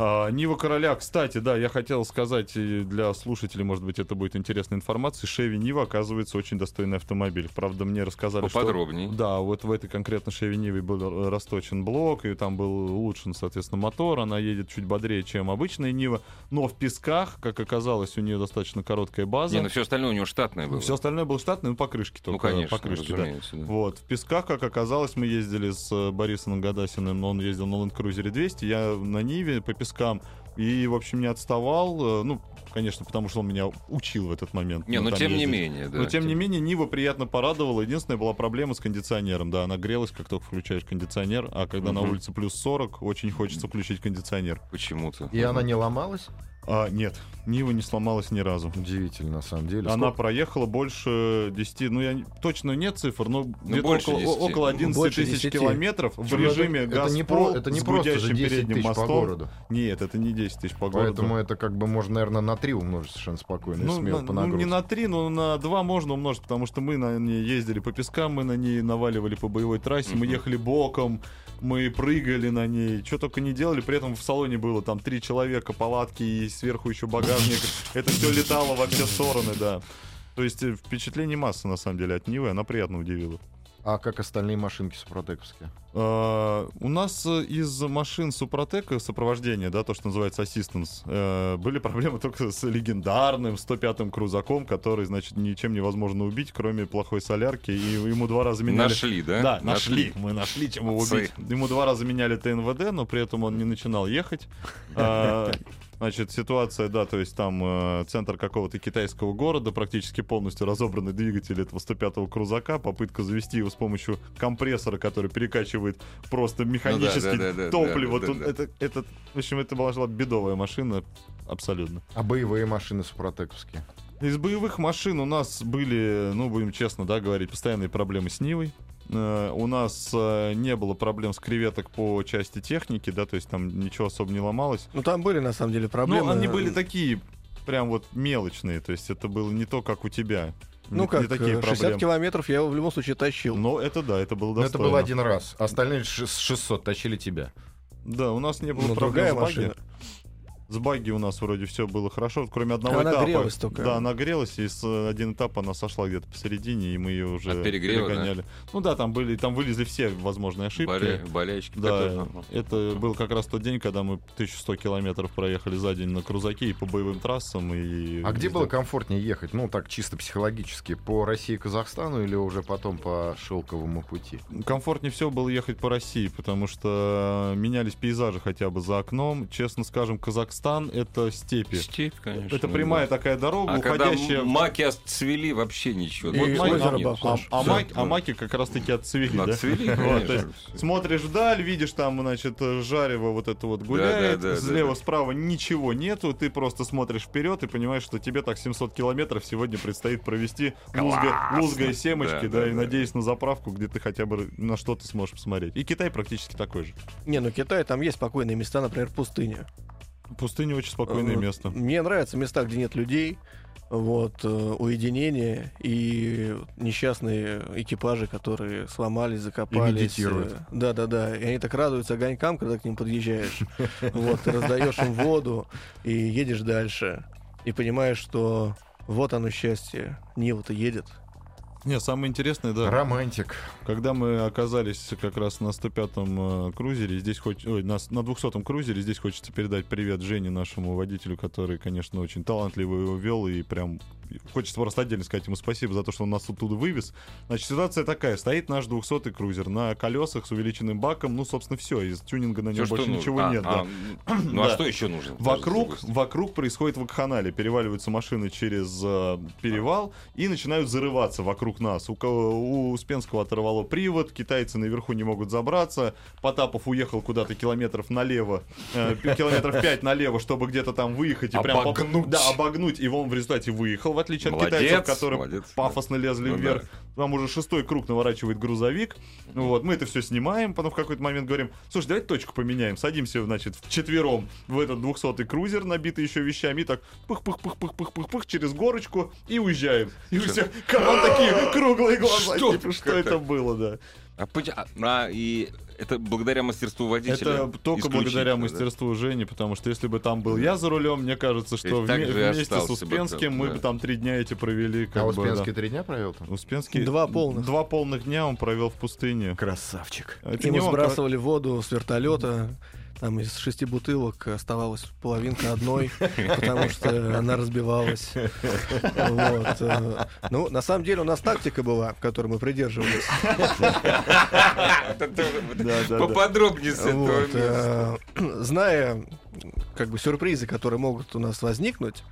Speaker 4: А, Нива Короля, кстати, да, я хотел сказать и для слушателей, может быть, это будет интересная информация. Шеви Нива, оказывается, очень достойный автомобиль. Правда, мне рассказали, что...
Speaker 1: Поподробней.
Speaker 4: Да, вот в этой конкретно Шеви Ниве был э, расточен блок, и там был улучшен, соответственно, мотор. Она едет чуть бодрее, чем обычная Нива. Но в песках, как оказалось, у нее достаточно короткая база.
Speaker 1: Не, ну все остальное у него штатное было.
Speaker 4: Все остальное было штатное, ну, покрышки только.
Speaker 1: ну, конечно,
Speaker 4: покрышки, да.
Speaker 1: разумеется. да.
Speaker 4: Вот, в Песках, как оказалось, мы ездили с э, Борисом Гадасиным, но он ездил на Land Cruiser 200, я на Ниве по Пескам, и, в общем, не отставал, э, ну, конечно, потому что он меня учил в этот момент.
Speaker 1: Не,
Speaker 4: Мы
Speaker 1: но
Speaker 4: там
Speaker 1: Ну, тем не
Speaker 4: ездили.
Speaker 1: менее, да.
Speaker 4: Но, тем ну, не менее, Нива приятно порадовала. Единственная была проблема с кондиционером. Да, она грелась, как только включаешь кондиционер, а когда на
Speaker 1: Мгм.
Speaker 4: улице плюс 40, очень хочется включить кондиционер.
Speaker 1: Почему-то.
Speaker 2: И она не ломалась?
Speaker 4: А, нет, Нива не сломалась ни разу.
Speaker 2: Удивительно, на самом деле.
Speaker 4: Она
Speaker 2: Сколько-
Speaker 4: проехала больше 10, ну я не- точно нет цифр, но где-то
Speaker 1: больше
Speaker 4: около,
Speaker 1: 10.
Speaker 2: Ну,
Speaker 4: около 11
Speaker 3: Больше
Speaker 4: тысяч
Speaker 3: 10.
Speaker 4: километров в
Speaker 2: Чё,
Speaker 4: режиме
Speaker 2: это,
Speaker 4: газ
Speaker 2: это не, про- это не
Speaker 4: с
Speaker 2: просто же
Speaker 4: гудящим
Speaker 2: 10
Speaker 4: передним
Speaker 2: тысяч
Speaker 4: мостом.
Speaker 2: по городу.
Speaker 4: Нет, это не 10 тысяч по городу.
Speaker 2: Поэтому это как бы можно, наверное, на 3 умножить совершенно спокойно и
Speaker 4: ну,
Speaker 2: смело
Speaker 4: на-
Speaker 2: по
Speaker 4: ну, не
Speaker 2: нагрузке.
Speaker 4: на 3, но на 2 можно умножить, потому что мы на ней ездили по пескам, мы на ней наваливали по боевой трассе, мы
Speaker 1: Мгм.
Speaker 4: ехали боком, мы прыгали на ней, что только не делали. При этом в салоне было там три человека, палатки и сверху еще багажник. Это все летало во все стороны, да. То есть э, впечатлений масса, на самом деле, от Нивы, она приятно удивила.
Speaker 2: А как остальные машинки супротековские?
Speaker 4: Э, У нас э, из машин Супротека сопровождения, да, то, что называется ассистенс, были проблемы (laughs) только с легендарным 105-м крузаком, который, значит, ничем невозможно убить, кроме плохой солярки, и ему два раза меняли...
Speaker 1: Нашли, да?
Speaker 4: Да, нашли. Мы нашли, чем его
Speaker 1: Молодцы.
Speaker 4: убить. Ему два раза меняли ТНВД, но при этом он не начинал ехать. (laughs) А, Значит, ситуация, да, то есть там э, центр какого-то китайского города, практически полностью разобранный двигатель этого 105-го крузака, попытка завести его с помощью компрессора, который перекачивает просто механически
Speaker 1: да-да-да-да,
Speaker 4: топливо.
Speaker 1: да-да-да.
Speaker 4: Тут это, это, в общем, это была бедовая машина, абсолютно.
Speaker 2: А боевые машины супротековские?
Speaker 4: Из боевых машин у нас были, ну, будем честно, да, говорить, постоянные проблемы с Нивой. Э, У нас э, не было проблем с креветок по части техники, да, то есть там ничего особо не ломалось.
Speaker 3: Ну там были на самом деле проблемы. э,
Speaker 4: Но они были такие прям вот мелочные, то есть это было не то, как у тебя.
Speaker 3: Ну
Speaker 4: Не-
Speaker 3: как,
Speaker 4: не такие
Speaker 3: э, 60
Speaker 4: проблемы.
Speaker 3: километров я его в любом случае тащил.
Speaker 4: Но это да, это было
Speaker 2: Ну,
Speaker 4: достойно.
Speaker 2: это был один раз. Остальные ш- с 600 тащили тебя.
Speaker 4: Да, у нас не было
Speaker 3: Ну,
Speaker 4: проблем
Speaker 3: другая
Speaker 4: с багги.
Speaker 3: машина.
Speaker 4: С багги у нас вроде все было хорошо, вот кроме одного
Speaker 3: Она
Speaker 4: этапа.
Speaker 3: грелась только.
Speaker 4: Да, она грелась, и с э, один этап она сошла где-то посередине, и мы ее уже
Speaker 1: От перегрева, да?
Speaker 4: перегоняли. Ну да, там были, там вылезли все возможные ошибки.
Speaker 1: Боле- болельщики.
Speaker 4: Да,
Speaker 1: которые- ну,
Speaker 4: это был как раз тот день, когда мы 1100 километров проехали за день на крузаке и по боевым трассам. И
Speaker 2: А где
Speaker 4: везде.
Speaker 2: было комфортнее ехать? Ну, так чисто психологически. По России и Казахстану или уже потом по шелковому пути?
Speaker 4: комфортнее всего было ехать по России, потому что менялись пейзажи хотя бы за окном. Честно скажем, Казахстан — это степи.
Speaker 1: Степь, конечно. ну
Speaker 4: это прямая
Speaker 1: да.
Speaker 4: такая дорога,
Speaker 1: А когда
Speaker 4: уходящая...
Speaker 1: м- маки отцвели, вообще ничего.
Speaker 3: И
Speaker 1: Вот маки
Speaker 3: озеро
Speaker 1: нет.
Speaker 4: А,
Speaker 3: Баклаш.
Speaker 4: а
Speaker 1: Да,
Speaker 4: маки, а
Speaker 1: да.
Speaker 4: маки как раз-таки отцвели, да?
Speaker 1: Отцвели,
Speaker 4: Вот,
Speaker 1: конечно.
Speaker 4: то есть Смотришь вдаль, видишь там, значит, жарево вот это вот гуляет,
Speaker 1: да, да, да.
Speaker 4: слева-справа ничего нету, ты просто смотришь вперед и понимаешь, что тебе так 700 километров сегодня предстоит провести лузга-
Speaker 1: Классно.
Speaker 4: лузгой
Speaker 1: Да,
Speaker 4: семечки, да,
Speaker 1: да,
Speaker 4: и
Speaker 1: да.
Speaker 4: надеясь на заправку, где ты хотя бы на что-то сможешь посмотреть. И Китай практически такой же.
Speaker 3: Не, ну Китай там есть спокойные места, например, пустыня.
Speaker 4: Пустыня очень спокойное
Speaker 3: Вот.
Speaker 4: место.
Speaker 3: Мне нравятся места, где нет людей, вот, э, уединение и несчастные экипажи, которые сломались, закопались.
Speaker 2: медитируют.
Speaker 3: э, Да-да-да, и они так радуются огонькам, когда к ним подъезжаешь, (laughs) вот, ты раздаешь им воду и едешь дальше. И понимаешь, что вот оно счастье, Нива-то едет.
Speaker 4: Не, самое интересное, да.
Speaker 2: Романтик.
Speaker 4: Когда мы оказались как раз на 105-м э, крузере, здесь хоть... Ой, на, с- на 200-м крузере, здесь хочется передать привет Жене, нашему водителю, который, конечно, очень талантливо его вел, и прям хочется просто отдельно сказать ему спасибо за то, что он нас оттуда вывез. Значит, ситуация такая. Стоит наш 200-й крузер на колесах с увеличенным баком, ну, собственно, все. Из тюнинга на
Speaker 1: Всё,
Speaker 4: нем
Speaker 1: что
Speaker 4: больше
Speaker 1: нужно.
Speaker 4: ничего
Speaker 1: А,
Speaker 4: нет, да.
Speaker 1: а, Ну а
Speaker 4: Да.
Speaker 1: что еще нужно?
Speaker 4: Вокруг, вокруг происходит вакханалия. Переваливаются машины через э, перевал и начинают зарываться вокруг нас. У, кого- у Успенского оторвало привод, китайцы наверху не могут забраться. Потапов уехал куда-то километров налево, э, пи-
Speaker 1: (laughs)
Speaker 4: километров 5 налево, чтобы где-то там выехать. и прям поп-
Speaker 1: Обогнуть.
Speaker 4: Да, обогнуть. И он в результате выехал, в отличие от
Speaker 1: Молодец,
Speaker 4: китайцев, которые
Speaker 1: молодец.
Speaker 4: пафосно лезли
Speaker 1: Ну да.
Speaker 4: вверх. Там уже шестой круг наворачивает грузовик. Ну Вот, мы это все снимаем, потом в какой-то момент говорим, слушай, давайте точку поменяем, садимся, значит, вчетвером в этот 200-й крузер, набитый еще вещами, и так пых-пых-пых-пых-пых-пых-пых через горочку и уезжаем. И у
Speaker 1: Что? (laughs)
Speaker 4: всех команд такие круглые глаза,
Speaker 1: Что?
Speaker 4: типа, что
Speaker 1: Как
Speaker 4: это было, да.
Speaker 1: А, поч- а- а, и это благодаря мастерству водителя.
Speaker 4: Это только
Speaker 1: исключительно,
Speaker 4: благодаря
Speaker 1: да?
Speaker 4: мастерству Жени, потому что если бы там был я за рулем, мне кажется, что
Speaker 1: Ведь так
Speaker 4: вме-
Speaker 1: же и
Speaker 4: вместе с
Speaker 1: остался бы
Speaker 4: Успенским
Speaker 1: там,
Speaker 4: мы
Speaker 1: да.
Speaker 4: бы там три дня эти провели. Как
Speaker 2: А
Speaker 4: бы, да.
Speaker 2: Успенский три дня провел там?
Speaker 4: Успенский...
Speaker 3: Два полных.
Speaker 4: Два полных дня он провел в пустыне.
Speaker 3: Красавчик.
Speaker 4: Это не
Speaker 3: Ему
Speaker 4: он,
Speaker 3: сбрасывали воду с вертолета. Там из шести бутылок оставалась
Speaker 1: (laughs)
Speaker 3: половинка одной, потому что она разбивалась. Вот, э, Ну, на самом деле у нас тактика была, которой мы придерживались.
Speaker 1: А, (laughs) это тоже вот Поподробнее с этого
Speaker 3: Вот,
Speaker 1: места.
Speaker 3: э, (clears throat) Зная как бы сюрпризы, которые могут у нас возникнуть,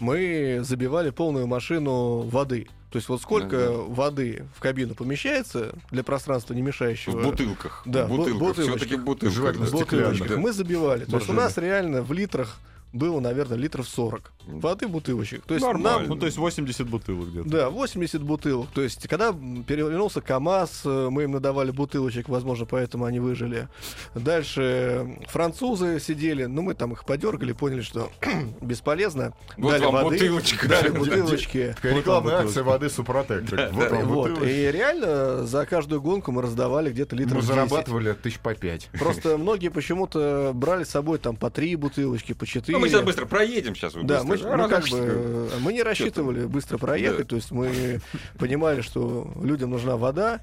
Speaker 3: мы забивали полную машину воды. То есть вот сколько
Speaker 1: Ага.
Speaker 3: воды в кабину помещается для пространства, не мешающего
Speaker 1: В бутылках.
Speaker 3: Э, Да,
Speaker 1: в
Speaker 3: бу-
Speaker 1: бутылках.
Speaker 3: бутылочки.
Speaker 1: Все-таки бутылки.
Speaker 2: Желательно
Speaker 3: Вот
Speaker 2: стеклянных.
Speaker 3: бутылочках. Мы забивали. То есть у
Speaker 4: Боржоми.
Speaker 3: нас реально в литрах было, наверное, литров 40. Воды бутылочек. То есть
Speaker 4: Нормально.
Speaker 3: нам...
Speaker 4: Ну, то есть 80 бутылок где-то.
Speaker 3: Да, 80 бутылок. То есть, когда м, перевернулся КАМАЗ, э, мы им надавали бутылочек, возможно, поэтому они выжили. Дальше э, французы сидели, ну, мы там их подергали, поняли, что (clears throat) бесполезно.
Speaker 1: Вот
Speaker 3: дали
Speaker 1: вам
Speaker 3: воды,
Speaker 1: бутылочка.
Speaker 2: (laughs)
Speaker 3: Дали бутылочки.
Speaker 2: Такая рекламная акция воды Супротек. Так, Вот вам
Speaker 3: Вот.
Speaker 2: бутылочка.
Speaker 3: И реально за каждую гонку мы раздавали где-то
Speaker 2: Мы
Speaker 3: литров 10.
Speaker 2: зарабатывали тысяч по (laughs) пять.
Speaker 3: Просто многие почему-то брали с собой там по три бутылочки, по четыре.
Speaker 1: Ну, мы сейчас быстро проедем, сейчас.
Speaker 3: Да, мы, ну, как бы, э, мы не рассчитывали
Speaker 1: рассчитывали
Speaker 3: быстро проехать, то есть мы понимали, что людям нужна вода,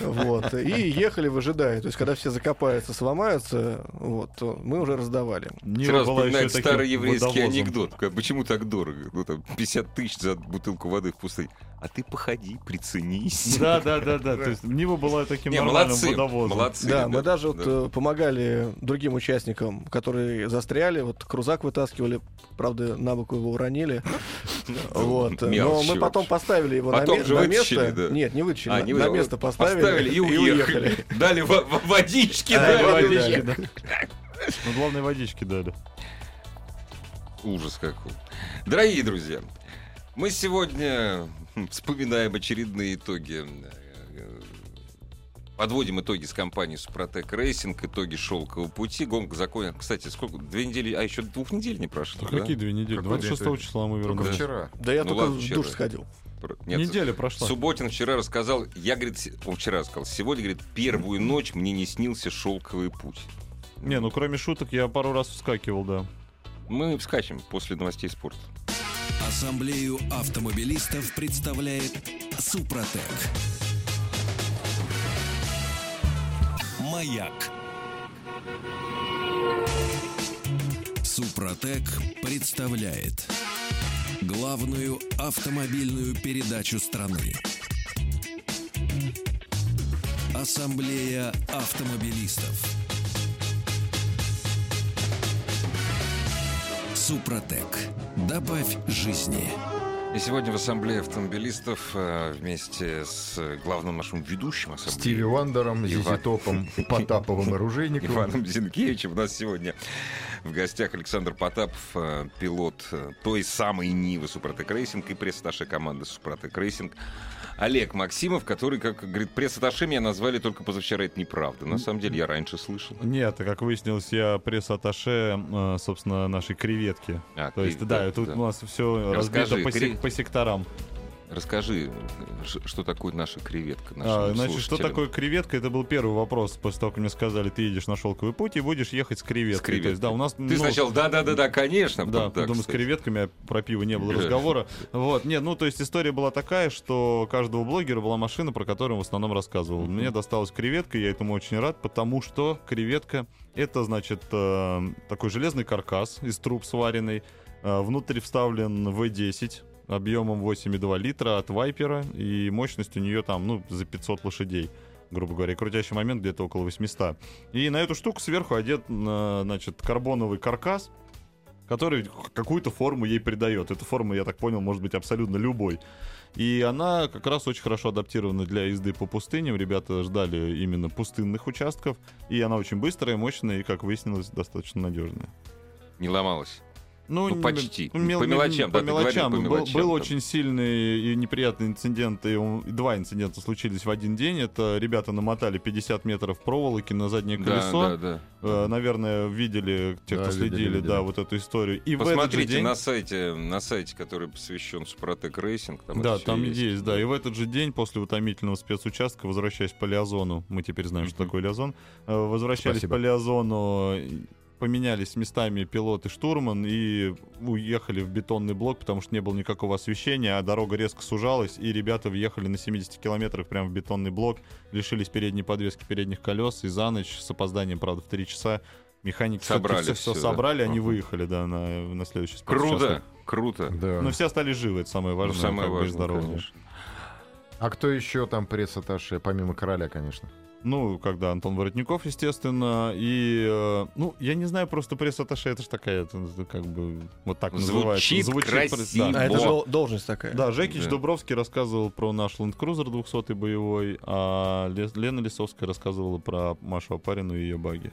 Speaker 3: вот, и ехали выжидая. То есть, когда все закопаются, сломаются, вот, то мы уже раздавали.
Speaker 4: Нива
Speaker 1: Сразу
Speaker 4: была
Speaker 1: вспоминает
Speaker 4: еще таким
Speaker 1: старый еврейский
Speaker 4: водовозом.
Speaker 1: анекдот. Как, Почему так дорого? Ну, там, 50 тысяч за бутылку воды в пустыне. А ты походи, приценись.
Speaker 4: (laughs) Да, да, да, да. То есть Нива была таким
Speaker 1: Не,
Speaker 4: нормальным
Speaker 1: молодцы,
Speaker 4: водовозом.
Speaker 1: молодцы.
Speaker 3: Да,
Speaker 1: ребята,
Speaker 3: мы даже вот,
Speaker 1: да.
Speaker 3: э, помогали другим участникам, которые застряли, вот крузак вытаскивали, правда, на бок его
Speaker 1: (laughs)
Speaker 3: уронили, вот, э, но
Speaker 1: Мелочи
Speaker 3: мы потом
Speaker 1: вообще.
Speaker 3: поставили его на
Speaker 1: Потом
Speaker 3: ме-
Speaker 1: же
Speaker 3: на
Speaker 1: вытащили,
Speaker 3: место.
Speaker 1: да.
Speaker 3: Нет, не вытащили,
Speaker 1: А,
Speaker 3: на-
Speaker 1: не
Speaker 3: на
Speaker 1: вы-
Speaker 3: место поставили А,
Speaker 1: и уехали. Дали во- во- водички. дали,
Speaker 4: Да,
Speaker 1: да.
Speaker 4: водички, да. Ну, главное, водички дали.
Speaker 1: Ужас какой. Дорогие друзья, мы сегодня хм, вспоминаем очередные итоги. э, Подводим итоги с компанией Супротек Рейсинг, итоги шелкового пути, гонка закончена. Кстати, сколько? Две недели, а еще двух недель не прошло. да?
Speaker 4: Какие две недели?
Speaker 2: Какой
Speaker 4: 26
Speaker 2: день?
Speaker 4: числа мы
Speaker 2: Только
Speaker 4: вернулись.
Speaker 2: вчера.
Speaker 3: Да я
Speaker 1: Ну
Speaker 3: только
Speaker 1: ладно,
Speaker 3: в
Speaker 1: вчера.
Speaker 3: душ сходил.
Speaker 1: Про- Нет,
Speaker 4: Неделя прошла.
Speaker 1: Субботин вчера рассказал, я, говорит, с- он вчера сказал, сегодня, говорит, первую ночь мне не снился шелковый путь.
Speaker 4: Не, ну кроме шуток, я пару раз вскакивал, да.
Speaker 1: Мы вскачем после новостей спорта.
Speaker 5: Ассамблею автомобилистов представляет Супротек. Маяк. Супротек представляет главную автомобильную передачу страны. Ассамблея автомобилистов. Супротек. Добавь жизни.
Speaker 1: И сегодня в Ассамблее автомобилистов э, вместе с главным нашим ведущим ассамблеи,
Speaker 2: Стиви Вандером,
Speaker 1: Иван.
Speaker 2: Зизи (laughs) Топом, Потаповым оружейником.
Speaker 1: Иваном Зинкевичем. У нас сегодня в гостях Александр Потапов, э, пилот э, той самой Нивы Супротек Рейсинг и пресс-атташе команды Супротек Рейсинг. Олег Максимов, который, как говорит, пресс-атташе меня назвали только позавчера, это неправда. На самом деле я раньше слышал.
Speaker 4: Нет, как выяснилось, я пресс-атташе, э, собственно, нашей креветки.
Speaker 1: А,
Speaker 4: То есть,
Speaker 1: ты-
Speaker 4: да, ну, тут у нас все разбито
Speaker 1: Расскажи,
Speaker 4: по, сек-
Speaker 1: кре-
Speaker 4: по секторам.
Speaker 1: Расскажи, э, ш- что такое наша креветка,
Speaker 4: А,
Speaker 1: нашим
Speaker 4: значит, что
Speaker 1: слушателям.
Speaker 4: такое креветка? Это был первый вопрос после того, как мне сказали, ты едешь на шелковый путь и будешь ехать с креветкой.
Speaker 1: С креветкой.
Speaker 4: То есть, да, у нас
Speaker 1: Ты
Speaker 4: ну,
Speaker 1: сначала, да-да-да-да, конечно.
Speaker 4: Да,
Speaker 1: потом так,
Speaker 4: думаю, с
Speaker 1: кстати.
Speaker 4: креветками а про пиво не было
Speaker 1: Да.
Speaker 4: разговора. Вот, нет, ну, то есть история была такая, что у каждого блогера была машина, про которую он в основном рассказывал. Мне досталась креветка, я этому очень рад, потому что креветка — это, значит, э, такой железный каркас из труб сваренный, э, внутрь вставлен V10 объемом 8,2 литра от Вайпера, и мощность у нее там, ну, за 500 лошадей грубо говоря, и крутящий момент где-то около 800. И на эту штуку сверху одет, э, значит, карбоновый каркас, который какую-то форму ей придает. Эта форма, я так понял, может быть абсолютно любой. И она как раз очень хорошо адаптирована для езды по пустыням. Ребята ждали именно пустынных участков. И она очень быстрая, мощная и, как выяснилось, достаточно надежная.
Speaker 1: Не ломалась. Ну,
Speaker 4: не-
Speaker 1: почти.
Speaker 4: ну,
Speaker 1: По мелочам, да,
Speaker 4: по
Speaker 1: ты говорил,
Speaker 4: мелочам.
Speaker 1: по
Speaker 4: Был-
Speaker 1: мелочам,
Speaker 4: Был
Speaker 1: да.
Speaker 4: очень сильный и неприятный инцидент, и он- и два инцидента случились в один день. Это ребята намотали 50 метров проволоки на заднее
Speaker 1: Да,
Speaker 4: колесо.
Speaker 1: да, да.
Speaker 4: Э, Наверное, видели те,
Speaker 2: Да,
Speaker 4: кто
Speaker 2: видели,
Speaker 4: следили,
Speaker 2: видели.
Speaker 4: да, вот эту историю. И в этот же
Speaker 1: Посмотрите
Speaker 4: день-
Speaker 1: на сайте, на сайте, который посвящен Супротек Рейсинг. Там
Speaker 4: да,
Speaker 1: это всё
Speaker 4: там есть. да. И в этот же день, после утомительного спецучастка, возвращаясь по Лиазону, мы теперь знаем, что
Speaker 1: Мгм.
Speaker 4: такое Лиазон, э, возвращались
Speaker 2: Спасибо.
Speaker 4: по Лиазону, э, поменялись местами пилот и штурман и уехали в бетонный блок, потому что не было никакого освещения, а дорога резко сужалась, и ребята въехали на 70 километрах прямо в бетонный блок, лишились передней подвески передних колес, и за ночь, с опозданием, правда, в 3 часа, механики
Speaker 1: Собрали
Speaker 4: все,
Speaker 1: всё, да.
Speaker 4: собрали, они
Speaker 1: Мгм.
Speaker 4: выехали, да, на, на следующий спецучасток.
Speaker 1: Круто, круто.
Speaker 2: Да.
Speaker 4: Но все остались живы, это самое
Speaker 1: Ну,
Speaker 4: важное.
Speaker 1: самое
Speaker 4: как бы, и
Speaker 1: важное,
Speaker 4: здоровые.
Speaker 1: конечно.
Speaker 2: А кто еще там пресс-атташе, помимо короля, конечно?
Speaker 4: Ну, когда Антон Воротников, естественно, и, э, ну, я не знаю, просто пресс-атташе, это же такая, это, ну, как бы, вот так
Speaker 1: Звучит
Speaker 4: называется. пресс-
Speaker 1: красиво.
Speaker 4: Да,
Speaker 3: А это
Speaker 1: Ну, Вот.
Speaker 3: же дол- должность такая. А
Speaker 4: Да, Жекич
Speaker 1: Да.
Speaker 4: Дубровский рассказывал про наш Land Cruiser 200 боевой, а Лес- Лена Лисовская рассказывала про Машу Апарину и ее баги.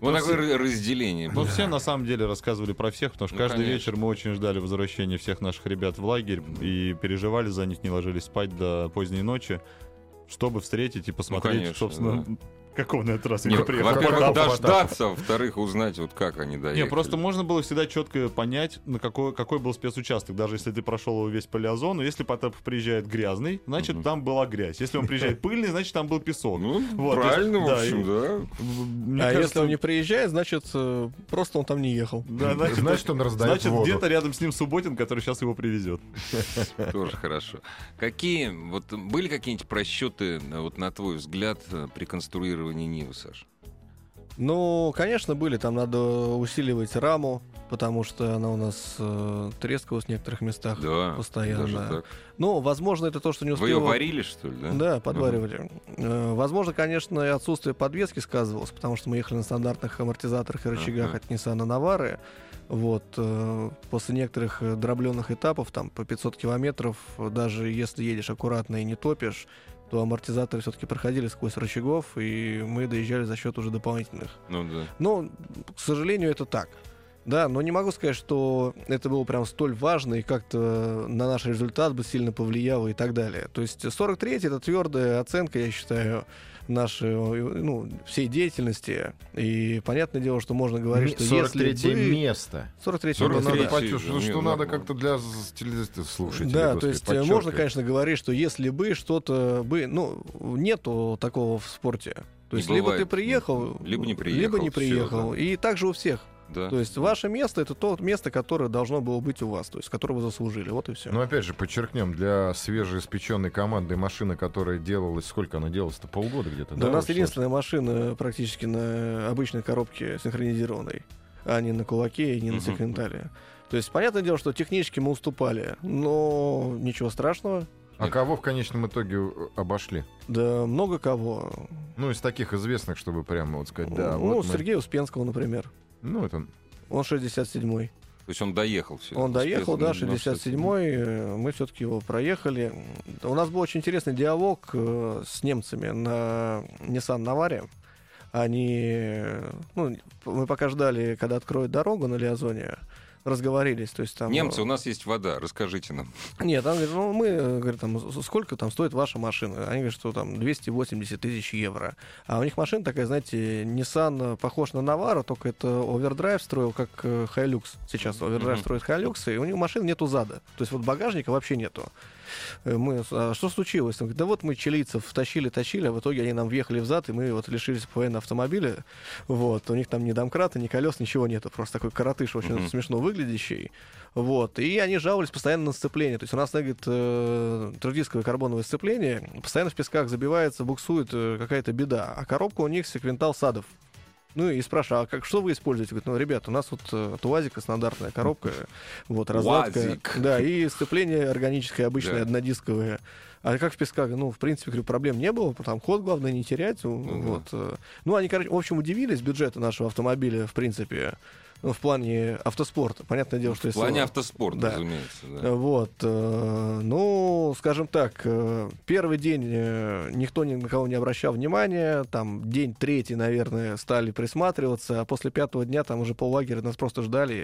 Speaker 1: Вот
Speaker 4: Ну,
Speaker 1: такое р- разделение.
Speaker 4: Ну, все на самом деле рассказывали про всех, потому что
Speaker 1: Ну,
Speaker 4: каждый
Speaker 1: конечно.
Speaker 4: вечер мы очень ждали возвращения всех наших ребят в лагерь и переживали за них, не ложились спать до поздней ночи, чтобы встретить и посмотреть,
Speaker 1: конечно,
Speaker 4: собственно, как он на этот раз
Speaker 1: Не,
Speaker 4: не приехал.
Speaker 1: Во-первых,
Speaker 2: Потапов,
Speaker 1: дождаться, а во-вторых, узнать, вот как они доехали.
Speaker 4: Не, просто можно было всегда четко понять, на какой, какой был спецучасток, даже если ты прошел его весь палеозон. ну, Если Потапов приезжает грязный, значит,
Speaker 1: Мгм.
Speaker 4: там была грязь. Если
Speaker 1: (laughs)
Speaker 4: он приезжает пыльный, значит, там был песок.
Speaker 1: Ну,
Speaker 4: Вот, то есть,
Speaker 1: правильно, в
Speaker 4: да,
Speaker 1: общем, да.
Speaker 4: В- мне
Speaker 3: а
Speaker 4: кажется,
Speaker 3: если он не приезжает, значит, э, просто он там не ехал.
Speaker 2: (laughs)
Speaker 4: да, значит,
Speaker 2: Значит, он раздает
Speaker 4: значит,
Speaker 2: воду.
Speaker 4: где-то рядом с ним Субботин, который сейчас его привезет.
Speaker 3: (laughs)
Speaker 1: Тоже хорошо. Какие, вот были какие-нибудь просчеты, э, вот на твой взгляд, э, при конструировании Нивы, Саш?
Speaker 3: Ну, конечно, были. Там надо усиливать раму, потому что она у нас э, трескалась в некоторых местах.
Speaker 1: Да,
Speaker 3: постоянно.
Speaker 1: даже так.
Speaker 3: Ну, возможно, это то, что не
Speaker 1: Вы ее
Speaker 3: успела...
Speaker 1: варили, что ли, да?
Speaker 3: Да, подваривали. Э, Возможно, конечно, и отсутствие подвески сказывалось, потому что мы ехали на стандартных амортизаторах и рычагах
Speaker 1: Ага.
Speaker 3: от Nissan Navara. Вот, э, после некоторых э, дробленных этапов, там, по 500 километров, э, даже если едешь аккуратно и не топишь, то амортизаторы все-таки проходили сквозь рычагов, и мы доезжали за счет уже дополнительных.
Speaker 1: Ну да.
Speaker 3: Но, к сожалению, это так. Да, но не могу сказать, что это было прям столь важно и как-то на наш результат бы сильно повлияло и так далее. То есть 43-й это твердая оценка, я считаю, нашей ну, всей деятельности. И понятное дело, что можно говорить, что если
Speaker 2: 43
Speaker 3: бы...
Speaker 2: место.
Speaker 3: 43
Speaker 2: Что надо,
Speaker 1: 43-е,
Speaker 2: почувствовать, ну, что,
Speaker 1: не,
Speaker 2: надо
Speaker 1: нормально.
Speaker 2: как-то для з- телез- слушателей.
Speaker 3: ну, Да,
Speaker 2: господи,
Speaker 3: то есть э,
Speaker 2: подчеркивать.
Speaker 3: можно, конечно, говорить, что если бы что-то бы, ну нету такого в спорте. То
Speaker 1: Не
Speaker 3: есть либо
Speaker 1: бывает.
Speaker 3: ты приехал,
Speaker 1: Либо не
Speaker 3: либо
Speaker 1: приехал,
Speaker 3: не
Speaker 1: всё,
Speaker 3: приехал.
Speaker 1: да.
Speaker 3: И также у всех.
Speaker 1: да.
Speaker 3: То есть ваше место это то место, которое должно было быть у вас, то есть которое вы заслужили. Вот и все.
Speaker 2: Но Ну, опять же, подчеркнем, для свежеиспеченной команды машина, которая делалась, сколько она делалась-то, полгода где-то,
Speaker 3: Да, у нас
Speaker 2: вот
Speaker 3: единственная машина практически на обычной коробке синхронизированной, а не на кулаке и не на
Speaker 1: Мгм.
Speaker 3: секвентале. То есть, понятное дело, что технически мы уступали, но ничего страшного.
Speaker 2: собственно. А кого в конечном итоге э, обошли?
Speaker 3: Да много кого.
Speaker 2: Ну, из таких известных, чтобы прямо вот сказать, да,
Speaker 3: ну,
Speaker 2: вот мы-
Speaker 3: Сергея Успенского, например.
Speaker 2: Ну, это...
Speaker 3: Он 67-й.
Speaker 1: То есть он доехал все.
Speaker 3: Он доехал, да, 67-й. э, Мы все-таки его проехали. У нас был очень интересный диалог э, с немцами на Nissan Navara. Они, э, ну, мы пока ждали, когда откроют дорогу на Лиазоне, разговорились, то есть там...
Speaker 1: Немцы,
Speaker 3: э,
Speaker 1: у нас есть вода, расскажите нам.
Speaker 3: Нет, там, говорит, ну, мы, э, говорит, там, с- сколько там стоит ваша машина? Они говорят, что там 280 тысяч евро. А у них машина такая, знаете, Nissan э, похож на Навару, только это овердрайв строил, как э, Hilux. Сейчас овердрайв
Speaker 1: Мгм.
Speaker 3: строит Hilux, и у них машины нету зада. То есть вот багажника вообще нету. Э, Мы, с- а что случилось? Он говорит, да вот мы чилийцев тащили, тащили, а в итоге они нам въехали в зад, и мы вот лишились ПВН автомобиля. Вот, у них там ни домкрата, ни колес, ничего нету. Просто такой коротыш очень
Speaker 1: Мгм.
Speaker 3: смешно выглядящий. Вот, и они жаловались постоянно на сцепление. То есть у нас, говорит, э, трудисковое карбоновое сцепление постоянно в песках забивается, буксует э, какая-то беда. А коробка у них секвентал садов. Ну и спрашиваю, а как, что вы используете? Говорит, ну, ребят, у нас вот э, от УАЗика стандартная коробка, вот, разладка.
Speaker 1: УАЗик.
Speaker 3: Да, и сцепление органическое, обычное,
Speaker 1: Да.
Speaker 3: однодисковое. А как в песках? Ну, в принципе, говорю, проблем не было, там ход главное не терять.
Speaker 1: да.
Speaker 3: вот. э. Ну, они, короче, в общем, удивились бюджету нашего автомобиля, в принципе. Ну, в плане автоспорта. Понятное дело, что
Speaker 1: Ну, В
Speaker 3: если...
Speaker 1: плане автоспорта,
Speaker 3: Да.
Speaker 1: разумеется. да.
Speaker 3: Вот. э, Ну, скажем так, э, первый день э, никто ни на кого не обращал внимания. Там день третий, наверное, стали присматриваться, а после пятого дня там уже поллагеря нас просто ждали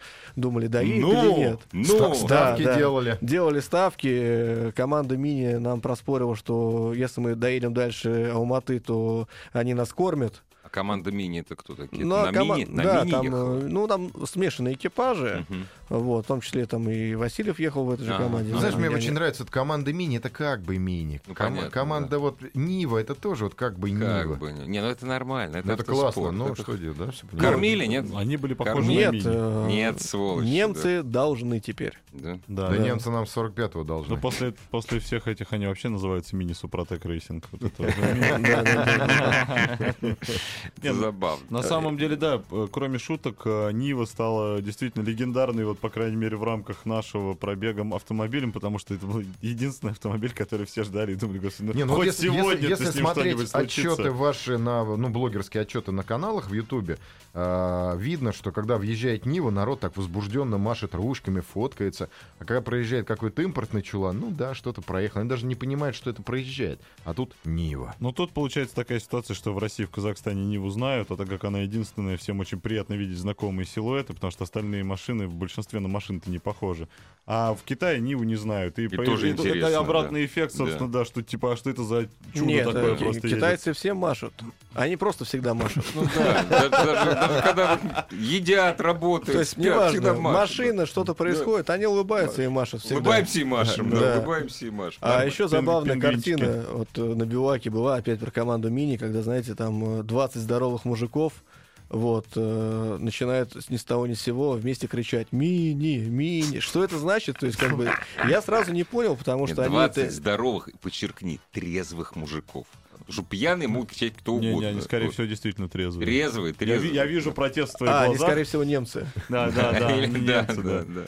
Speaker 3: и думали, доедет
Speaker 1: Ну,
Speaker 3: или нет.
Speaker 1: ну,
Speaker 2: Ста-
Speaker 1: да,
Speaker 2: Ставки
Speaker 3: да.
Speaker 2: делали.
Speaker 3: Делали ставки. э, Команда Мини нам проспорила, что если мы доедем дальше Алматы, то они нас кормят.
Speaker 1: А команда мини это кто такие?
Speaker 3: Но
Speaker 1: на
Speaker 3: Ну, а кома-
Speaker 1: мини? На
Speaker 3: да,
Speaker 1: мини
Speaker 3: там,
Speaker 1: ехала?
Speaker 3: э, ну, там смешанные экипажи.
Speaker 1: Мгм.
Speaker 3: Вот, в том числе там и Васильев ехал в этой же
Speaker 1: А,
Speaker 3: команде.
Speaker 1: ну,
Speaker 2: Знаешь, мне
Speaker 3: Я не-
Speaker 2: очень нравится, вот команда мини, это как бы мини.
Speaker 1: Ну,
Speaker 2: Ком-
Speaker 1: понятно,
Speaker 2: команда
Speaker 1: да.
Speaker 2: вот Нива, это тоже вот как бы
Speaker 1: Как
Speaker 2: Нива.
Speaker 1: бы. не- Не, ну это нормально. Это,
Speaker 2: Ну, это
Speaker 1: автоспорт,
Speaker 2: классно, ну
Speaker 1: это-
Speaker 2: что делать, да? всё понятно.
Speaker 1: Кормили, нет?
Speaker 4: Они были похожи на
Speaker 3: Нет,
Speaker 4: мини.
Speaker 3: э,
Speaker 1: Нет, сволочи.
Speaker 3: немцы должны теперь.
Speaker 1: да. Да.
Speaker 4: Да,
Speaker 2: Да,
Speaker 4: да.
Speaker 2: немцы нам с 45-го
Speaker 4: Ну,
Speaker 2: должны.
Speaker 4: после, после всех этих они вообще называются мини Супротек Рейсинг. Вот
Speaker 2: (laughs)
Speaker 4: это уже мини.
Speaker 1: Это забавно.
Speaker 4: ну, На самом деле, да, э, кроме шуток, э, Нива стала действительно легендарной, вот, по крайней мере, в рамках нашего пробега автомобилем, потому что это был единственный автомобиль, который все ждали и думали, господи, ну,
Speaker 2: Не, ну вот
Speaker 4: хоть
Speaker 2: если,
Speaker 4: сегодня
Speaker 2: если- если
Speaker 4: с ним что-нибудь
Speaker 2: смотреть
Speaker 4: случится.
Speaker 2: отчеты ваши на ну, блогерские отчеты на каналах в Ютубе, э, видно, что когда въезжает Нива, народ так возбужденно машет ручками, фоткается. А когда проезжает какой-то импортный чулан, ну да, что-то проехал. Они даже не понимают, что это проезжает. А тут Нива.
Speaker 4: Ну, тут получается такая ситуация, что в России, в Казахстане не узнают, а так как она единственная, всем очень приятно видеть знакомые силуэты, потому что остальные машины, в большинстве на машины-то не похожи. А в Китае Ниву не знают. И,
Speaker 1: тоже
Speaker 4: это-
Speaker 1: интересно,
Speaker 4: Это обратный эффект, собственно, да. что типа, а что это за чудо
Speaker 3: Нет,
Speaker 4: такое
Speaker 3: э,
Speaker 4: просто едет?
Speaker 3: китайцы всем машут. Они просто
Speaker 1: (laughs)
Speaker 3: всегда машут.
Speaker 1: Ну да, да- даже, даже когда едят, работают,
Speaker 3: То есть,
Speaker 1: спят, всегда
Speaker 3: неважно,
Speaker 1: машут.
Speaker 3: машина, что-то происходит, они улыбаются и машут всегда.
Speaker 1: Улыбаемся и машем, да,
Speaker 3: Да.
Speaker 1: улыбаемся и машем.
Speaker 3: А еще забавная
Speaker 4: пингвинчики.
Speaker 3: картина вот э, на Биваке была опять про команду Мини, когда, знаете, там э, 20 здоровых мужиков вот, э, начинают с ни с того ни с сего вместе кричать «Мини! Мини!». Что это значит? То есть, как бы, я сразу не понял, потому
Speaker 1: Нет,
Speaker 3: что они...
Speaker 1: 20
Speaker 3: это-
Speaker 1: здоровых, и подчеркни, трезвых мужиков. Потому что пьяные могут кричать кто
Speaker 4: Не,
Speaker 1: угодно.
Speaker 4: не, они, скорее всего, действительно трезвые.
Speaker 1: Трезвые,
Speaker 4: Я, ви-
Speaker 1: трезвые.
Speaker 4: я вижу протест в твоих
Speaker 3: А, они,
Speaker 4: глазах.
Speaker 3: скорее всего, немцы.
Speaker 4: Да, да, да.
Speaker 1: (laughs) Или-
Speaker 4: они
Speaker 1: да,
Speaker 4: немцы,
Speaker 1: да,
Speaker 4: да.
Speaker 1: да.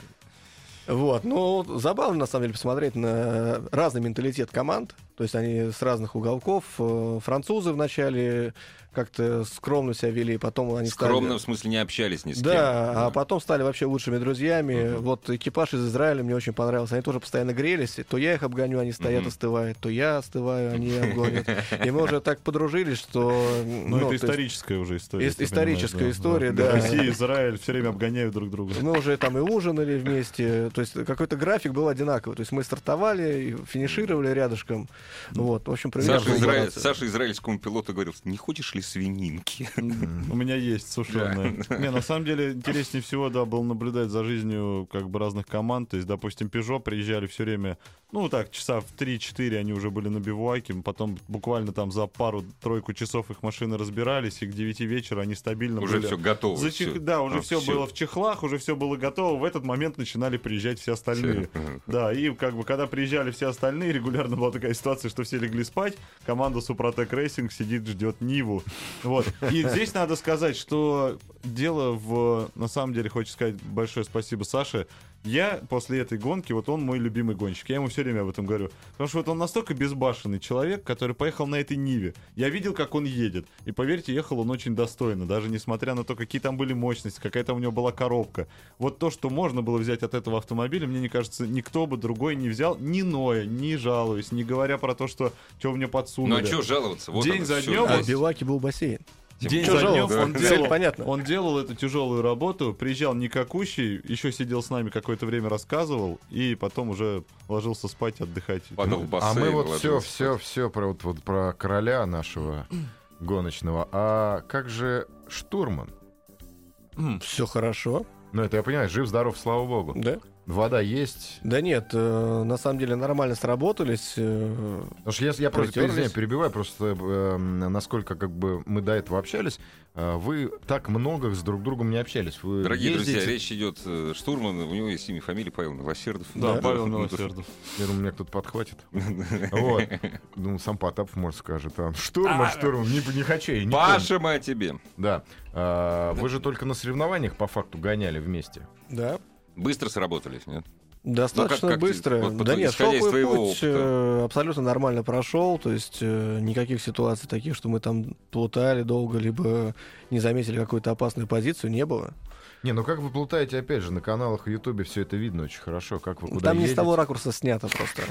Speaker 3: Вот, ну, забавно, на самом деле, посмотреть на разный менталитет команд. То есть они с разных уголков. Э, Французы вначале как-то скромно себя вели, потом они
Speaker 1: В
Speaker 3: стали...
Speaker 1: скромном смысле не общались ни с кем.
Speaker 3: Да, а потом стали вообще лучшими друзьями. Вот экипаж из Израиля мне очень понравился. Они тоже постоянно грелись. И То я их обгоню, они стоят,
Speaker 1: Мгм.
Speaker 3: остывают. То я остываю, они обгонят. И мы уже так подружились, что...
Speaker 4: Ну,
Speaker 3: то
Speaker 4: это
Speaker 3: есть
Speaker 4: историческая уже история.
Speaker 3: ис-
Speaker 4: ты
Speaker 3: историческая
Speaker 4: понимаешь,
Speaker 3: история, да.
Speaker 4: Россия и Израиль все время обгоняют друг друга.
Speaker 3: Мы уже там и ужинали вместе, то есть какой-то график был одинаковый, то есть мы стартовали, и финишировали рядышком, вот, в общем, провели
Speaker 1: Саша,
Speaker 3: класс.
Speaker 1: Израиль- Саша израильскому пилоту говорил, не хочешь ли свининки?
Speaker 4: У меня есть сушеная. Не, на самом деле, интереснее всего, да, было наблюдать за жизнью как бы разных команд. То есть, допустим, Peugeot приезжали все время, ну так, часа в 3-4 они уже были на бивуаке, потом буквально там за пару-тройку часов их машины разбирались, и к 9 вечера они стабильно
Speaker 3: Ну,
Speaker 1: Уже
Speaker 4: были.
Speaker 1: все готово.
Speaker 4: Зачих-
Speaker 1: всё.
Speaker 4: Да, уже
Speaker 1: А,
Speaker 4: все
Speaker 1: всё.
Speaker 4: было в чехлах, уже все было готово. В этот момент начинали приезжать все остальные. Да, и как бы когда приезжали все остальные, регулярно была такая ситуация, что все легли спать, команда Супротек Рейсинг сидит, ждет Ниву. Вот. И здесь надо сказать, что дело в... На самом деле, хочу сказать большое спасибо Саше. Я после этой гонки, вот он мой любимый гонщик. Я ему все время об этом говорю. Потому что вот он настолько безбашенный человек, который поехал на этой Ниве. Я видел, как он едет. И поверьте, ехал он очень достойно. Даже несмотря на то, какие там были мощности, какая там у него была коробка. Вот то, что можно было взять от этого автомобиля, мне не кажется, никто бы другой не взял. Ни Ноя, ни жалуюсь, не говоря про то, что, что мне
Speaker 1: Ну
Speaker 4: подсунули.
Speaker 1: а что жаловаться? Вот
Speaker 4: День
Speaker 1: оно,
Speaker 4: за
Speaker 1: всё.
Speaker 4: днём,
Speaker 3: А
Speaker 4: область.
Speaker 3: в Биваке был бассейн.
Speaker 4: День
Speaker 3: Чё
Speaker 4: за днем
Speaker 3: жаловаться?
Speaker 4: он
Speaker 3: Цель
Speaker 4: делал,
Speaker 3: понятна.
Speaker 4: он делал эту тяжелую работу, приезжал никакущий, еще сидел с нами какое-то время, рассказывал, и потом уже ложился спать, отдыхать.
Speaker 1: Падал в
Speaker 2: А
Speaker 1: бассейн.
Speaker 2: мы вот все,
Speaker 1: ложился.
Speaker 2: все, все про вот, вот про короля нашего гоночного. А как же штурман?
Speaker 3: Все хорошо,
Speaker 2: Ну, это я понимаю, жив-здоров, слава богу.
Speaker 3: да?
Speaker 2: Вода есть.
Speaker 3: Да нет, э, на самом деле нормально сработались. э,
Speaker 2: Потому что я, я просто
Speaker 3: Протерлись.
Speaker 2: извини, перебиваю, просто э, насколько как бы мы до этого общались, э, вы так много с друг другом не общались. Вы
Speaker 1: Дорогие
Speaker 2: ездите-
Speaker 1: друзья, речь идет э, Штурман, у него есть имя, фамилия Павел Милосердов.
Speaker 4: Да, Павел
Speaker 1: Ну,
Speaker 4: Милосердов.
Speaker 2: Я думаю, меня
Speaker 1: (laughs)
Speaker 2: кто-то подхватит. Вот. Ну, сам Потапов, может, скажет. а, Штурман, штурман, не, не хочу, я не
Speaker 1: Паша, мы о тебе.
Speaker 2: помню». Да. А, вы же только на соревнованиях по факту гоняли вместе.
Speaker 3: Да.
Speaker 1: Быстро сработались, нет?
Speaker 3: Достаточно
Speaker 1: Ну, как ты-
Speaker 3: быстро.
Speaker 1: вот по-
Speaker 3: да нет,
Speaker 1: исходя из
Speaker 3: шоковый
Speaker 1: твоего
Speaker 3: путь
Speaker 1: опыта.
Speaker 3: э, абсолютно нормально прошел, то есть э, никаких ситуаций таких, что мы там плутали долго, либо не заметили какую-то опасную позицию, не было.
Speaker 2: Не, ну как вы плутаете, опять же, на каналах в Ютубе все это видно очень хорошо, как вы
Speaker 1: Ну,
Speaker 2: куда
Speaker 3: Там не с
Speaker 2: едете.
Speaker 3: того ракурса снято просто.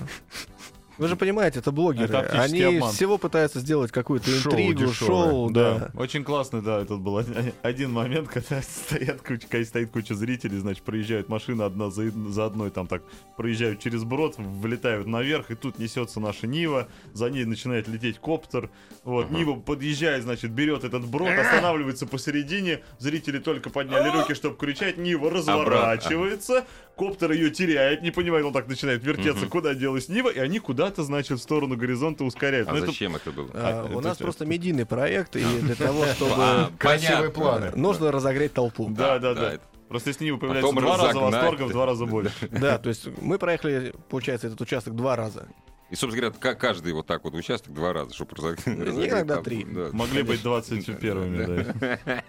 Speaker 3: Вы же понимаете, это блогеры.
Speaker 4: Это оптический
Speaker 3: Они
Speaker 4: обман.
Speaker 3: всего пытаются сделать какую-то
Speaker 2: Шоу
Speaker 3: интригу,
Speaker 2: дешёвое.
Speaker 3: шоу, да.
Speaker 4: Очень классный, да, этот был один- один момент, (laughs) когда стоят куча, когда стоит куча зрителей, значит, проезжают машины одна за, за одной, там так, проезжают через брод, влетают наверх, и тут несется наша Нива, за ней начинает лететь коптер, вот, Нива подъезжает, значит, берет этот брод, останавливается посередине, зрители только подняли руки, чтобы кричать, Нива разворачивается, коптер ее теряет, не понимает, он так начинает вертеться, куда делась Нива, и они куда-то, значит, в сторону горизонта ускоряются.
Speaker 1: А
Speaker 4: Ну, это
Speaker 1: зачем это было?
Speaker 3: А,
Speaker 4: это
Speaker 3: У нас
Speaker 4: всё.
Speaker 3: просто медийный проект, и
Speaker 4: (laughs)
Speaker 3: для того,
Speaker 1: А,
Speaker 3: чтобы...
Speaker 2: Красивые
Speaker 1: понятно.
Speaker 2: планы.
Speaker 3: Нужно разогреть толпу.
Speaker 4: Да, да,
Speaker 1: да,
Speaker 4: да.
Speaker 1: это-
Speaker 4: Просто если Нива появляется
Speaker 1: Потом
Speaker 4: два раза,
Speaker 1: разогнать,
Speaker 4: восторга
Speaker 1: (laughs)
Speaker 4: в
Speaker 1: да.
Speaker 4: два раза больше.
Speaker 3: Да, то есть мы проехали, получается, этот участок два раза.
Speaker 1: И, собственно говоря, ка- каждый вот так вот участок два раза, чтобы разог- разогреть
Speaker 3: иногда
Speaker 1: толпу.
Speaker 3: три.
Speaker 1: Да.
Speaker 4: Могли быть 21-ми, да.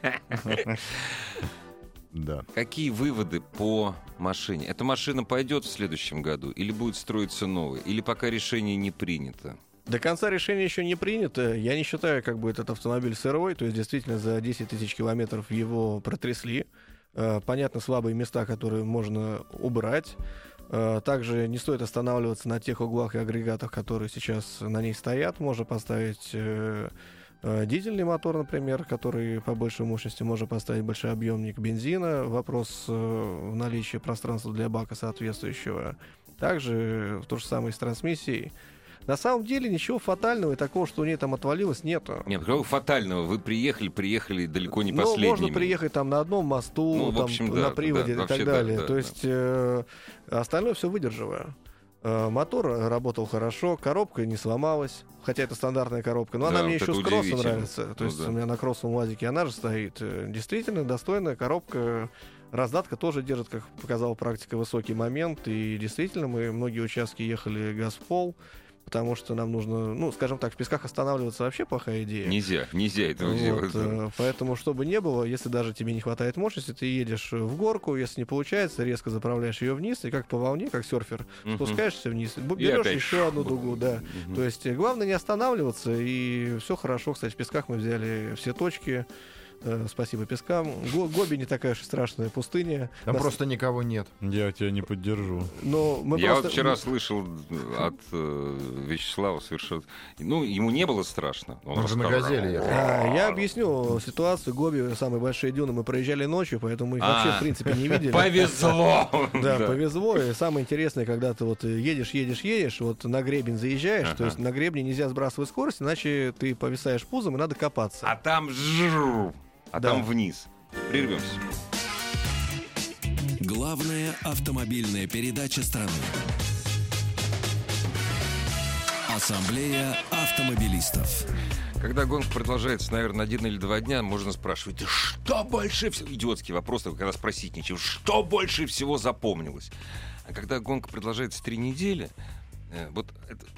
Speaker 2: Да.
Speaker 1: Какие выводы по машине? Эта машина пойдет в следующем году или будет строиться новая? Или пока решение не принято?
Speaker 3: До конца решение еще не принято. Я не считаю, как бы этот автомобиль сырой. То есть, действительно, за 10 тысяч километров его протрясли. Э, Понятно, слабые места, которые можно убрать. Э, Также не стоит останавливаться на тех углах и агрегатах, которые сейчас на ней стоят. Можно поставить э, э, дизельный мотор, например, который по большей мощности. Можно поставить большой объемник бензина. Вопрос э, в наличии пространства для бака соответствующего. Также э, то же самое и с трансмиссией. На самом деле ничего фатального и такого, что у нее там отвалилось, нету.
Speaker 1: Нет, ну какого фатального? Вы приехали, приехали далеко не
Speaker 3: Но
Speaker 1: последними.
Speaker 3: Ну, можно приехать там на одном мосту,
Speaker 1: Ну, в
Speaker 3: там,
Speaker 1: общем, да,
Speaker 3: на приводе
Speaker 1: да,
Speaker 3: и
Speaker 1: вообще
Speaker 3: так
Speaker 1: да,
Speaker 3: далее.
Speaker 1: да,
Speaker 3: То
Speaker 1: да.
Speaker 3: есть э, остальное все выдерживаю. Э, Мотор работал хорошо, коробка не сломалась, хотя это стандартная коробка, но
Speaker 1: Да,
Speaker 3: она мне
Speaker 1: вот
Speaker 3: еще
Speaker 1: это
Speaker 3: с кросса
Speaker 1: удивительно.
Speaker 3: нравится. То
Speaker 1: Ну
Speaker 3: есть
Speaker 1: да.
Speaker 3: у меня на кроссовом лазике она же стоит. Э, Действительно достойная коробка, раздатка тоже держит, как показала практика, высокий момент. И действительно мы многие участки ехали газ в пол, потому что нам нужно, ну, скажем так, в песках останавливаться вообще плохая идея.
Speaker 1: Нельзя, нельзя этого
Speaker 3: Вот,
Speaker 1: делать.
Speaker 3: э, Поэтому, что бы ни было, если даже тебе не хватает мощности, ты едешь в горку, если не получается, резко заправляешь ее вниз, и как по волне, как серфер,
Speaker 1: Мгм.
Speaker 3: спускаешься вниз, бу-
Speaker 1: И
Speaker 3: берешь
Speaker 1: опять
Speaker 3: еще одну
Speaker 1: бу-
Speaker 3: дугу, да.
Speaker 1: Мгм.
Speaker 3: То есть э, главное не останавливаться, и все хорошо. Кстати, в песках мы взяли все точки. Э, Спасибо пескам. Го- Гоби не такая уж и страшная пустыня.
Speaker 2: Там
Speaker 3: Нас-
Speaker 2: просто никого нет.
Speaker 4: Я тебя не поддержу.
Speaker 3: Но мы
Speaker 1: Я
Speaker 3: просто-
Speaker 1: вот вчера слышал от э, Вячеслава совершенно... Ну, ему не было страшно.
Speaker 2: Он же на
Speaker 1: рассказал.
Speaker 2: «Газели» ехал.
Speaker 3: А, Я объясню ситуацию. Гоби, самые большие дюны, мы проезжали ночью, поэтому их
Speaker 1: А.
Speaker 3: вообще, в принципе, не
Speaker 1: (laughs)
Speaker 3: видели.
Speaker 1: Повезло! (laughs)
Speaker 3: Да, повезло. И самое интересное, когда ты вот едешь, едешь, едешь, вот на гребень заезжаешь,
Speaker 1: Ага.
Speaker 3: то есть на гребне нельзя сбрасывать скорость, иначе ты повисаешь пузом и надо копаться.
Speaker 1: А там жру, а
Speaker 3: Да.
Speaker 1: там вниз. Прервемся.
Speaker 5: Главная автомобильная передача страны. Ассамблея автомобилистов.
Speaker 1: Когда гонка продолжается, наверное, один или два дня, можно спрашивать, «Да что больше всего... Идиотский вопрос, когда спросить нечего. Что больше всего запомнилось? А когда гонка продолжается три недели, э, вот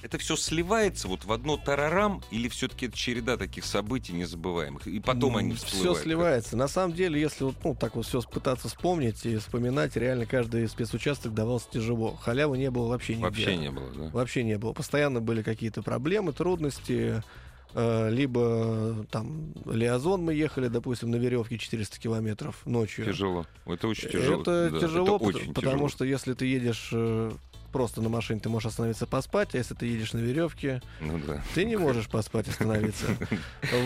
Speaker 1: это, все сливается вот в одно тарарам или все-таки это череда таких событий незабываемых? И потом они всплывают.
Speaker 3: Все сливается. На самом деле, если вот ну, так вот все пытаться вспомнить и вспоминать, реально каждый спецучасток давался тяжело. Халявы не было вообще нигде.
Speaker 1: Вообще не было, да?
Speaker 3: Вообще не было. Постоянно были какие-то проблемы, трудности. э, Либо там Лиазон мы ехали, допустим, на веревке 400 километров ночью.
Speaker 1: Тяжело. Это очень тяжело.
Speaker 3: Э, Это
Speaker 1: Да,
Speaker 3: тяжело,
Speaker 1: это
Speaker 3: пот-
Speaker 1: очень
Speaker 3: потому
Speaker 1: тяжело.
Speaker 3: что если ты едешь э, просто на машине, ты можешь остановиться поспать, а если ты едешь на веревке,
Speaker 1: Ну да.
Speaker 3: ты не можешь поспать остановиться.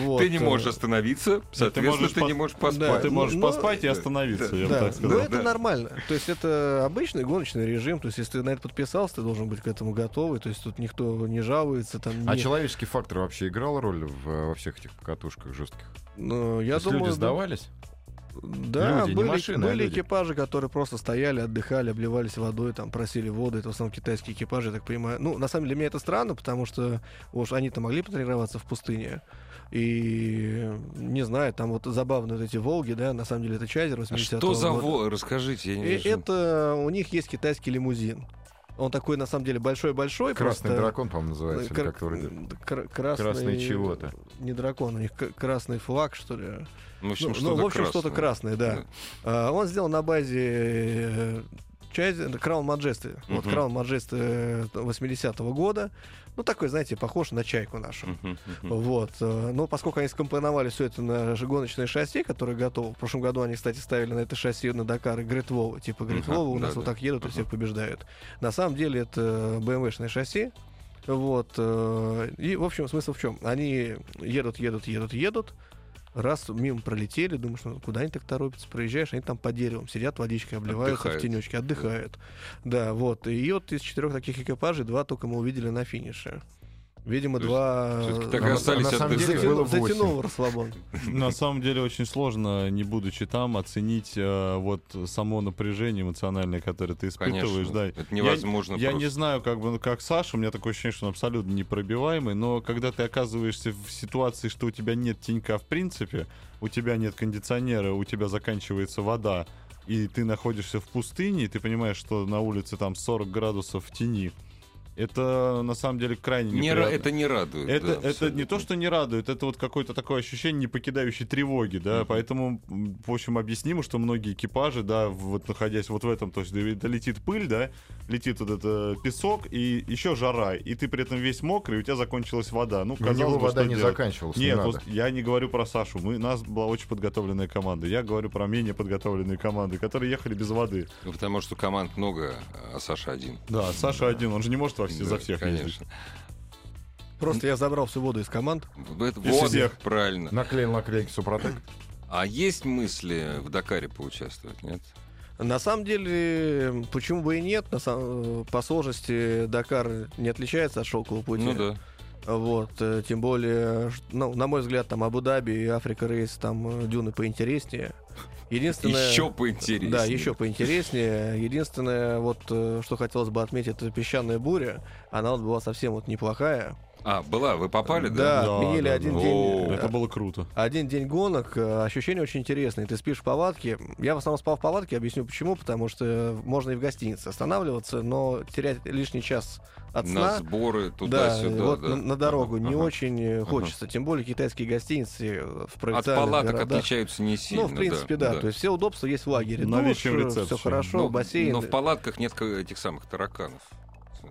Speaker 3: Вот,
Speaker 1: Ты не
Speaker 3: э,
Speaker 1: можешь остановиться, соответственно,
Speaker 4: можешь
Speaker 1: ты не
Speaker 4: пос-
Speaker 1: можешь поспать.
Speaker 3: Да,
Speaker 4: Ты
Speaker 3: ну,
Speaker 4: можешь
Speaker 3: но-
Speaker 4: поспать и
Speaker 1: да,
Speaker 4: остановиться, я бы
Speaker 3: Да,
Speaker 4: так
Speaker 3: но
Speaker 4: сказал.
Speaker 3: это нормально. То есть это обычный гоночный режим. То есть если ты на это подписался, ты должен быть к этому готовый. То есть тут никто не жалуется. Там,
Speaker 2: А
Speaker 3: не-
Speaker 2: человеческий фактор вообще играл роль в, э, во всех этих покатушках жестких?
Speaker 3: Ну,
Speaker 2: То
Speaker 3: я
Speaker 2: есть
Speaker 3: думаю,
Speaker 2: люди
Speaker 3: да,
Speaker 2: сдавались?
Speaker 3: Да,
Speaker 2: Люди, не
Speaker 3: были,
Speaker 2: машины, а
Speaker 3: были
Speaker 2: люди.
Speaker 3: экипажи, которые просто стояли, отдыхали, обливались водой, там просили воду. Это в основном китайские экипажи, я так понимаю. Ну, на самом деле, для меня это странно, потому что уж они-то могли потренироваться в пустыне. И не знаю, там вот забавные вот эти Волги, да, на самом деле это Чайзер
Speaker 1: А
Speaker 3: 80
Speaker 1: Что за во... Расскажите, я не вижу.
Speaker 3: Э, это у них есть китайский лимузин. Он такой, на самом деле, большой-большой.
Speaker 2: Красный
Speaker 3: просто...
Speaker 2: дракон, по-моему, называется. или
Speaker 3: Кр-
Speaker 2: как-то вроде.
Speaker 3: кр- красный...
Speaker 2: Красный чего-то.
Speaker 3: Не дракон, у них к- красный флаг, что ли.
Speaker 1: Ну, в общем,
Speaker 3: Ну, ну,
Speaker 1: что-то
Speaker 3: в общем, что-то красное, да. А, Он сделал на базе э, часть, это Crown Majesty. Вот
Speaker 1: Мгм.
Speaker 3: Crown Majesty 80-го года. Ну, такой, знаете, похож на чайку нашу.
Speaker 1: Мгм, мгм.
Speaker 3: Вот. э, Но поскольку они скомпоновали все это на ж- гоночное шасси, которое готово. В прошлом году они, кстати, ставили на это шасси на Дакар Гретвова. Типа Гретвова у
Speaker 1: да,
Speaker 3: нас вот
Speaker 1: да.
Speaker 3: так едут и
Speaker 1: Ага.
Speaker 3: всех побеждают. На самом деле это BMW-шное шасси. Вот. э, И, в общем, смысл в чем? Они едут, едут, едут, едут. Раз мимо пролетели, думаешь, ну куда они так торопятся, проезжаешь, они там по деревам сидят, водичкой обливаются
Speaker 1: Отдыхают.
Speaker 3: в тенечке, отдыхают. Да, вот. И вот из четырех таких экипажей два только мы увидели на финише. Видимо,
Speaker 1: То есть
Speaker 3: два...
Speaker 1: всё-таки
Speaker 2: А
Speaker 1: так
Speaker 2: на-
Speaker 1: и
Speaker 2: а
Speaker 1: остались
Speaker 2: на самом
Speaker 1: отдыхать.
Speaker 2: деле было
Speaker 3: Затяну-
Speaker 2: восемь.
Speaker 3: затянул расслабон.
Speaker 4: На самом деле очень сложно, не будучи там, оценить э, вот само напряжение эмоциональное, которое ты испытываешь.
Speaker 1: Конечно,
Speaker 4: да.
Speaker 1: это невозможно
Speaker 4: Я, я
Speaker 1: просто.
Speaker 4: не знаю, как бы, ну, как Саша, у меня такое ощущение, что он абсолютно непробиваемый, но когда ты оказываешься в ситуации, что у тебя нет тенька в принципе, у тебя нет кондиционера, у тебя заканчивается вода, и ты находишься в пустыне, и ты понимаешь, что на улице там 40 градусов в тени, это на самом деле крайне
Speaker 1: Не ра-
Speaker 4: неприятно.
Speaker 1: это не радует.
Speaker 4: Это,
Speaker 1: да,
Speaker 4: это
Speaker 1: абсолютно.
Speaker 4: не то, что не радует, это вот какое-то такое ощущение непокидающей тревоги, да,
Speaker 1: Мгм.
Speaker 4: поэтому, м, в общем, объяснимо, что многие экипажи, да, вот находясь вот в этом, то есть да, да, летит пыль, да, летит вот этот э, песок и еще жара, и ты при этом весь мокрый, и у тебя закончилась вода. Ну,
Speaker 2: У него
Speaker 4: казалось бы,
Speaker 2: вода
Speaker 4: что
Speaker 2: не
Speaker 4: делать?
Speaker 2: заканчивалась. не
Speaker 4: Нет,
Speaker 2: надо.
Speaker 4: вот я не говорю про Сашу. Мы, у нас была очень подготовленная команда. Я говорю про менее подготовленные команды, которые ехали без воды.
Speaker 1: Ну, Потому что команд много, а Саша один.
Speaker 4: Да, Саша один, он же не может во все,
Speaker 1: Да,
Speaker 4: за всех ездить.
Speaker 1: конечно.
Speaker 3: Просто я забрал всю воду из команд.
Speaker 1: Это-
Speaker 4: Из
Speaker 1: вот,
Speaker 4: всех.
Speaker 1: правильно.
Speaker 2: Наклеил наклейки Супротек.
Speaker 1: А есть мысли в Дакаре поучаствовать, нет?
Speaker 3: На самом деле, почему бы и нет, на сам- по сложности Дакар не отличается от шелкового пути.
Speaker 1: Ну да.
Speaker 3: Вот, э, тем более, ш- ну, на мой взгляд, там Абу-Даби и Африка Рейс, там э, дюны поинтереснее. Единственное...
Speaker 1: Еще поинтереснее.
Speaker 3: Да, еще поинтереснее. Единственное, вот э, что хотелось бы отметить, это песчаная буря. Она вот была совсем вот неплохая.
Speaker 1: А, была, вы попали,
Speaker 3: Да,
Speaker 1: да?
Speaker 4: Да,
Speaker 3: отменили
Speaker 4: да,
Speaker 3: один
Speaker 4: да.
Speaker 1: О,
Speaker 3: день. э,
Speaker 4: Это было круто.
Speaker 3: Один день гонок, э, ощущения очень интересные. Ты спишь в палатке. Я в основном спал в палатке, объясню почему. Потому что э, можно и в гостинице останавливаться, но терять лишний час от
Speaker 1: На
Speaker 3: сна...
Speaker 1: сборы
Speaker 3: да,
Speaker 1: туда-сюда.
Speaker 3: вот
Speaker 1: да.
Speaker 3: На, на дорогу
Speaker 1: Ага,
Speaker 3: не
Speaker 1: ага.
Speaker 3: очень э, хочется. Тем более китайские гостиницы э,
Speaker 1: От
Speaker 3: в провинциальных
Speaker 1: палаток
Speaker 3: городах.
Speaker 1: отличаются не сильно.
Speaker 3: Ну, в принципе, да. То есть все удобства есть в лагере.
Speaker 4: Наличием
Speaker 3: все
Speaker 4: рецепции.
Speaker 3: хорошо,
Speaker 1: Ну,
Speaker 3: бассейн.
Speaker 1: Но в палатках нет к- этих самых тараканов.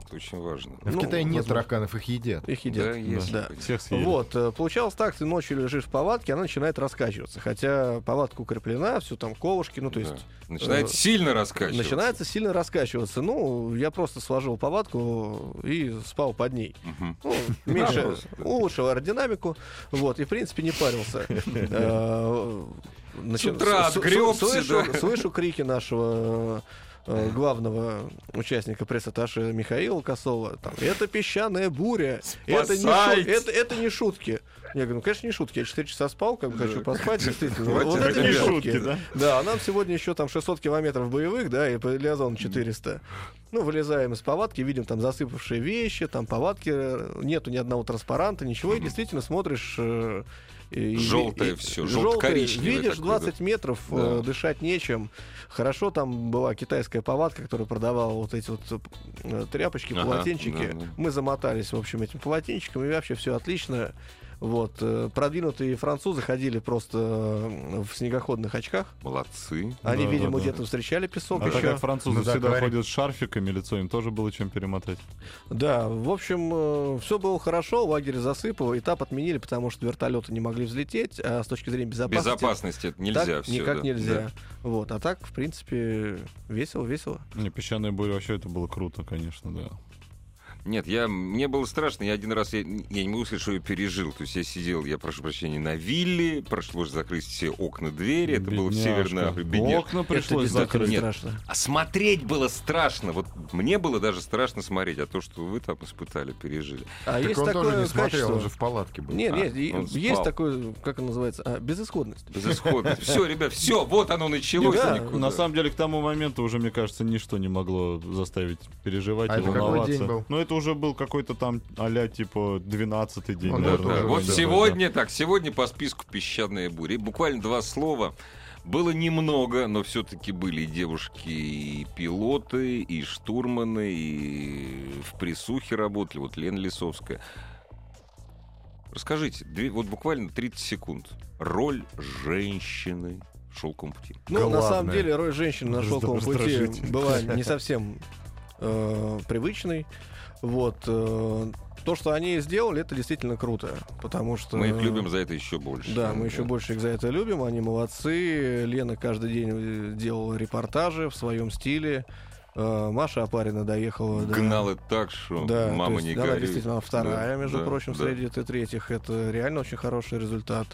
Speaker 1: Это очень важно.
Speaker 2: В
Speaker 3: Ну,
Speaker 2: Китае нет
Speaker 3: возможно. А
Speaker 2: тараканов, их едят.
Speaker 3: э, Их
Speaker 1: Да,
Speaker 3: едят.
Speaker 1: если
Speaker 3: Да.
Speaker 1: бы.
Speaker 4: Всех съели.
Speaker 3: Вот, э, получалось так, ты ночью лежишь в палатке, она начинает раскачиваться. Хотя палатка укреплена, все там колышки, ну то есть
Speaker 1: Да. Начинает
Speaker 3: э,
Speaker 1: сильно раскачиваться.
Speaker 3: начинается сильно раскачиваться. Ну, я просто сложил палатку и спал под ней.
Speaker 1: Мгм.
Speaker 3: Ну, меньше
Speaker 1: просто.
Speaker 3: улучшил аэродинамику. Вот, и в принципе не парился. Э, значит,
Speaker 1: С утра
Speaker 3: с- с-
Speaker 1: отгребся,
Speaker 3: слышу-
Speaker 1: да.
Speaker 3: Слышу крики нашего э, главного участника пресс-атташе Михаила Косова. Там, это песчаная буря. Это не, шу-
Speaker 1: Спасайте!»
Speaker 3: это, это не шутки. Я говорю, ну, конечно, не шутки. Я 4 часа спал, как бы хочу поспать, действительно.
Speaker 1: Хватит,
Speaker 3: Вот это
Speaker 4: Это
Speaker 3: не
Speaker 4: не
Speaker 1: ребят.
Speaker 4: шутки, да?
Speaker 3: да, а нам сегодня еще там 600 километров боевых, да, и по Элиазону 400. Ну, вылезаем из палатки, видим там засыпавшие вещи, там палатки, э, нету ни одного транспаранта, ничего, и действительно смотришь... э, и-
Speaker 1: Жёлтое
Speaker 3: и-
Speaker 1: всё,
Speaker 3: и-
Speaker 1: жёлто-коричневое
Speaker 3: Видишь,
Speaker 1: такое,
Speaker 3: 20 метров,
Speaker 1: Да.
Speaker 3: э, дышать нечем. Хорошо, там была китайская палатка, которая продавала вот эти вот э, тряпочки,
Speaker 1: Ага,
Speaker 3: полотенчики.
Speaker 1: да, да.
Speaker 3: Мы замотались, в общем, этим полотенчиком, и вообще все отлично. Вот, э, продвинутые французы ходили просто э, в снегоходных очках.
Speaker 1: Молодцы.
Speaker 3: Они,
Speaker 4: Да,
Speaker 3: видимо,
Speaker 4: да,
Speaker 3: где-то встречали песок
Speaker 4: А так
Speaker 3: еще.
Speaker 4: как французы
Speaker 2: на
Speaker 4: всегда
Speaker 2: Дакаре.
Speaker 4: ходят с шарфиками, лицо им тоже было чем перемотать.
Speaker 3: Да, в общем, все было хорошо, лагерь засыпало, этап отменили, потому что вертолеты не могли взлететь, а с точки зрения безопасности...
Speaker 1: Безопасность это
Speaker 3: так
Speaker 1: нельзя все.
Speaker 3: никак
Speaker 1: да.
Speaker 3: нельзя. Вот, а так, в принципе, весело-весело.
Speaker 4: Не, песчаная буря вообще это было круто, конечно, да.
Speaker 1: Нет, я, мне было страшно. Я один раз, я, я не могу сказать, что я пережил. То есть я сидел, я прошу прощения, на вилле, пришлось закрыть все окна, двери. Это было в
Speaker 4: Бедняжка.
Speaker 1: Северной Африке. Бедня-
Speaker 4: Окна
Speaker 3: Это
Speaker 4: пришлось
Speaker 3: действительно
Speaker 4: закрыть.
Speaker 1: Нет.
Speaker 3: страшно.
Speaker 1: А смотреть было страшно. Вот мне было даже страшно смотреть, а то, что вы там испытали, пережили.
Speaker 3: А
Speaker 2: так
Speaker 3: есть
Speaker 2: он
Speaker 3: такое
Speaker 2: тоже не смотрел,
Speaker 3: качество...
Speaker 2: он же в палатке был.
Speaker 3: Нет,
Speaker 1: А,
Speaker 3: нет, и-
Speaker 1: он
Speaker 3: есть
Speaker 1: спал.
Speaker 3: такое, как оно называется, а, безысходность.
Speaker 1: Безысходность. Все, ребят, все, вот оно началось.
Speaker 3: Да,
Speaker 1: и никуда.
Speaker 4: На самом деле, к тому моменту уже, мне кажется, ничто не могло заставить переживать
Speaker 2: А
Speaker 4: и
Speaker 2: это какой
Speaker 4: волноваться.
Speaker 2: день был?
Speaker 4: Ну, это уже был какой-то там а-ля, типа, 12-й день.
Speaker 2: Он
Speaker 1: Да,
Speaker 4: наверное,
Speaker 1: да.
Speaker 2: вот
Speaker 4: уже
Speaker 1: Вот
Speaker 4: был, да.
Speaker 1: сегодня, так, сегодня по списку песчаные бури. Буквально два слова. Было немного, но все-таки были и девушки, и пилоты, и штурманы, и в присухе работали. Вот Лена Лисовская. Расскажите, две- вот буквально 30 секунд. Роль женщины в шелковом пути.
Speaker 3: Ну,
Speaker 2: Да
Speaker 3: на самом
Speaker 2: ладно.
Speaker 3: деле, роль женщины на
Speaker 2: Просто
Speaker 3: шелковом пути
Speaker 2: раздражитель. (laughs)
Speaker 3: была не совсем э, привычной. Вот. э, то, что они сделали, это действительно круто. Потому что...
Speaker 1: Мы их любим за это еще больше.
Speaker 3: Э, Да, мы еще больше их за это любим, они молодцы. Лена каждый день э, делала репортажи в своем стиле. Э, Маша Апарина доехала до...
Speaker 1: Гнал это так, что
Speaker 3: Да,
Speaker 1: мама
Speaker 3: то есть
Speaker 1: не
Speaker 3: она
Speaker 1: горюй.
Speaker 3: действительно она вторая,
Speaker 1: Да,
Speaker 3: между
Speaker 1: да,
Speaker 3: прочим,
Speaker 1: да.
Speaker 3: среди Т-3. Это реально очень хороший результат.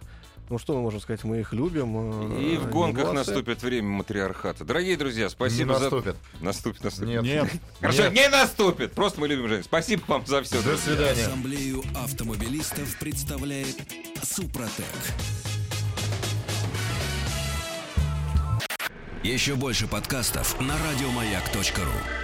Speaker 3: Ну что мы можем сказать, мы их любим. э,
Speaker 1: И в
Speaker 3: они
Speaker 1: гонках
Speaker 3: молодцы.
Speaker 1: наступит время матриархата. Дорогие друзья, спасибо
Speaker 2: Ну не
Speaker 1: за...
Speaker 2: наступит.
Speaker 1: Наступит, наступит.
Speaker 2: Нет.
Speaker 4: Нет.
Speaker 1: Хорошо, не наступит. Просто мы любим женщин. Спасибо вам за все.
Speaker 2: До свидания.
Speaker 5: Ассамблею автомобилистов представляет Супротек. Еще больше подкастов на радиомаяк.ру.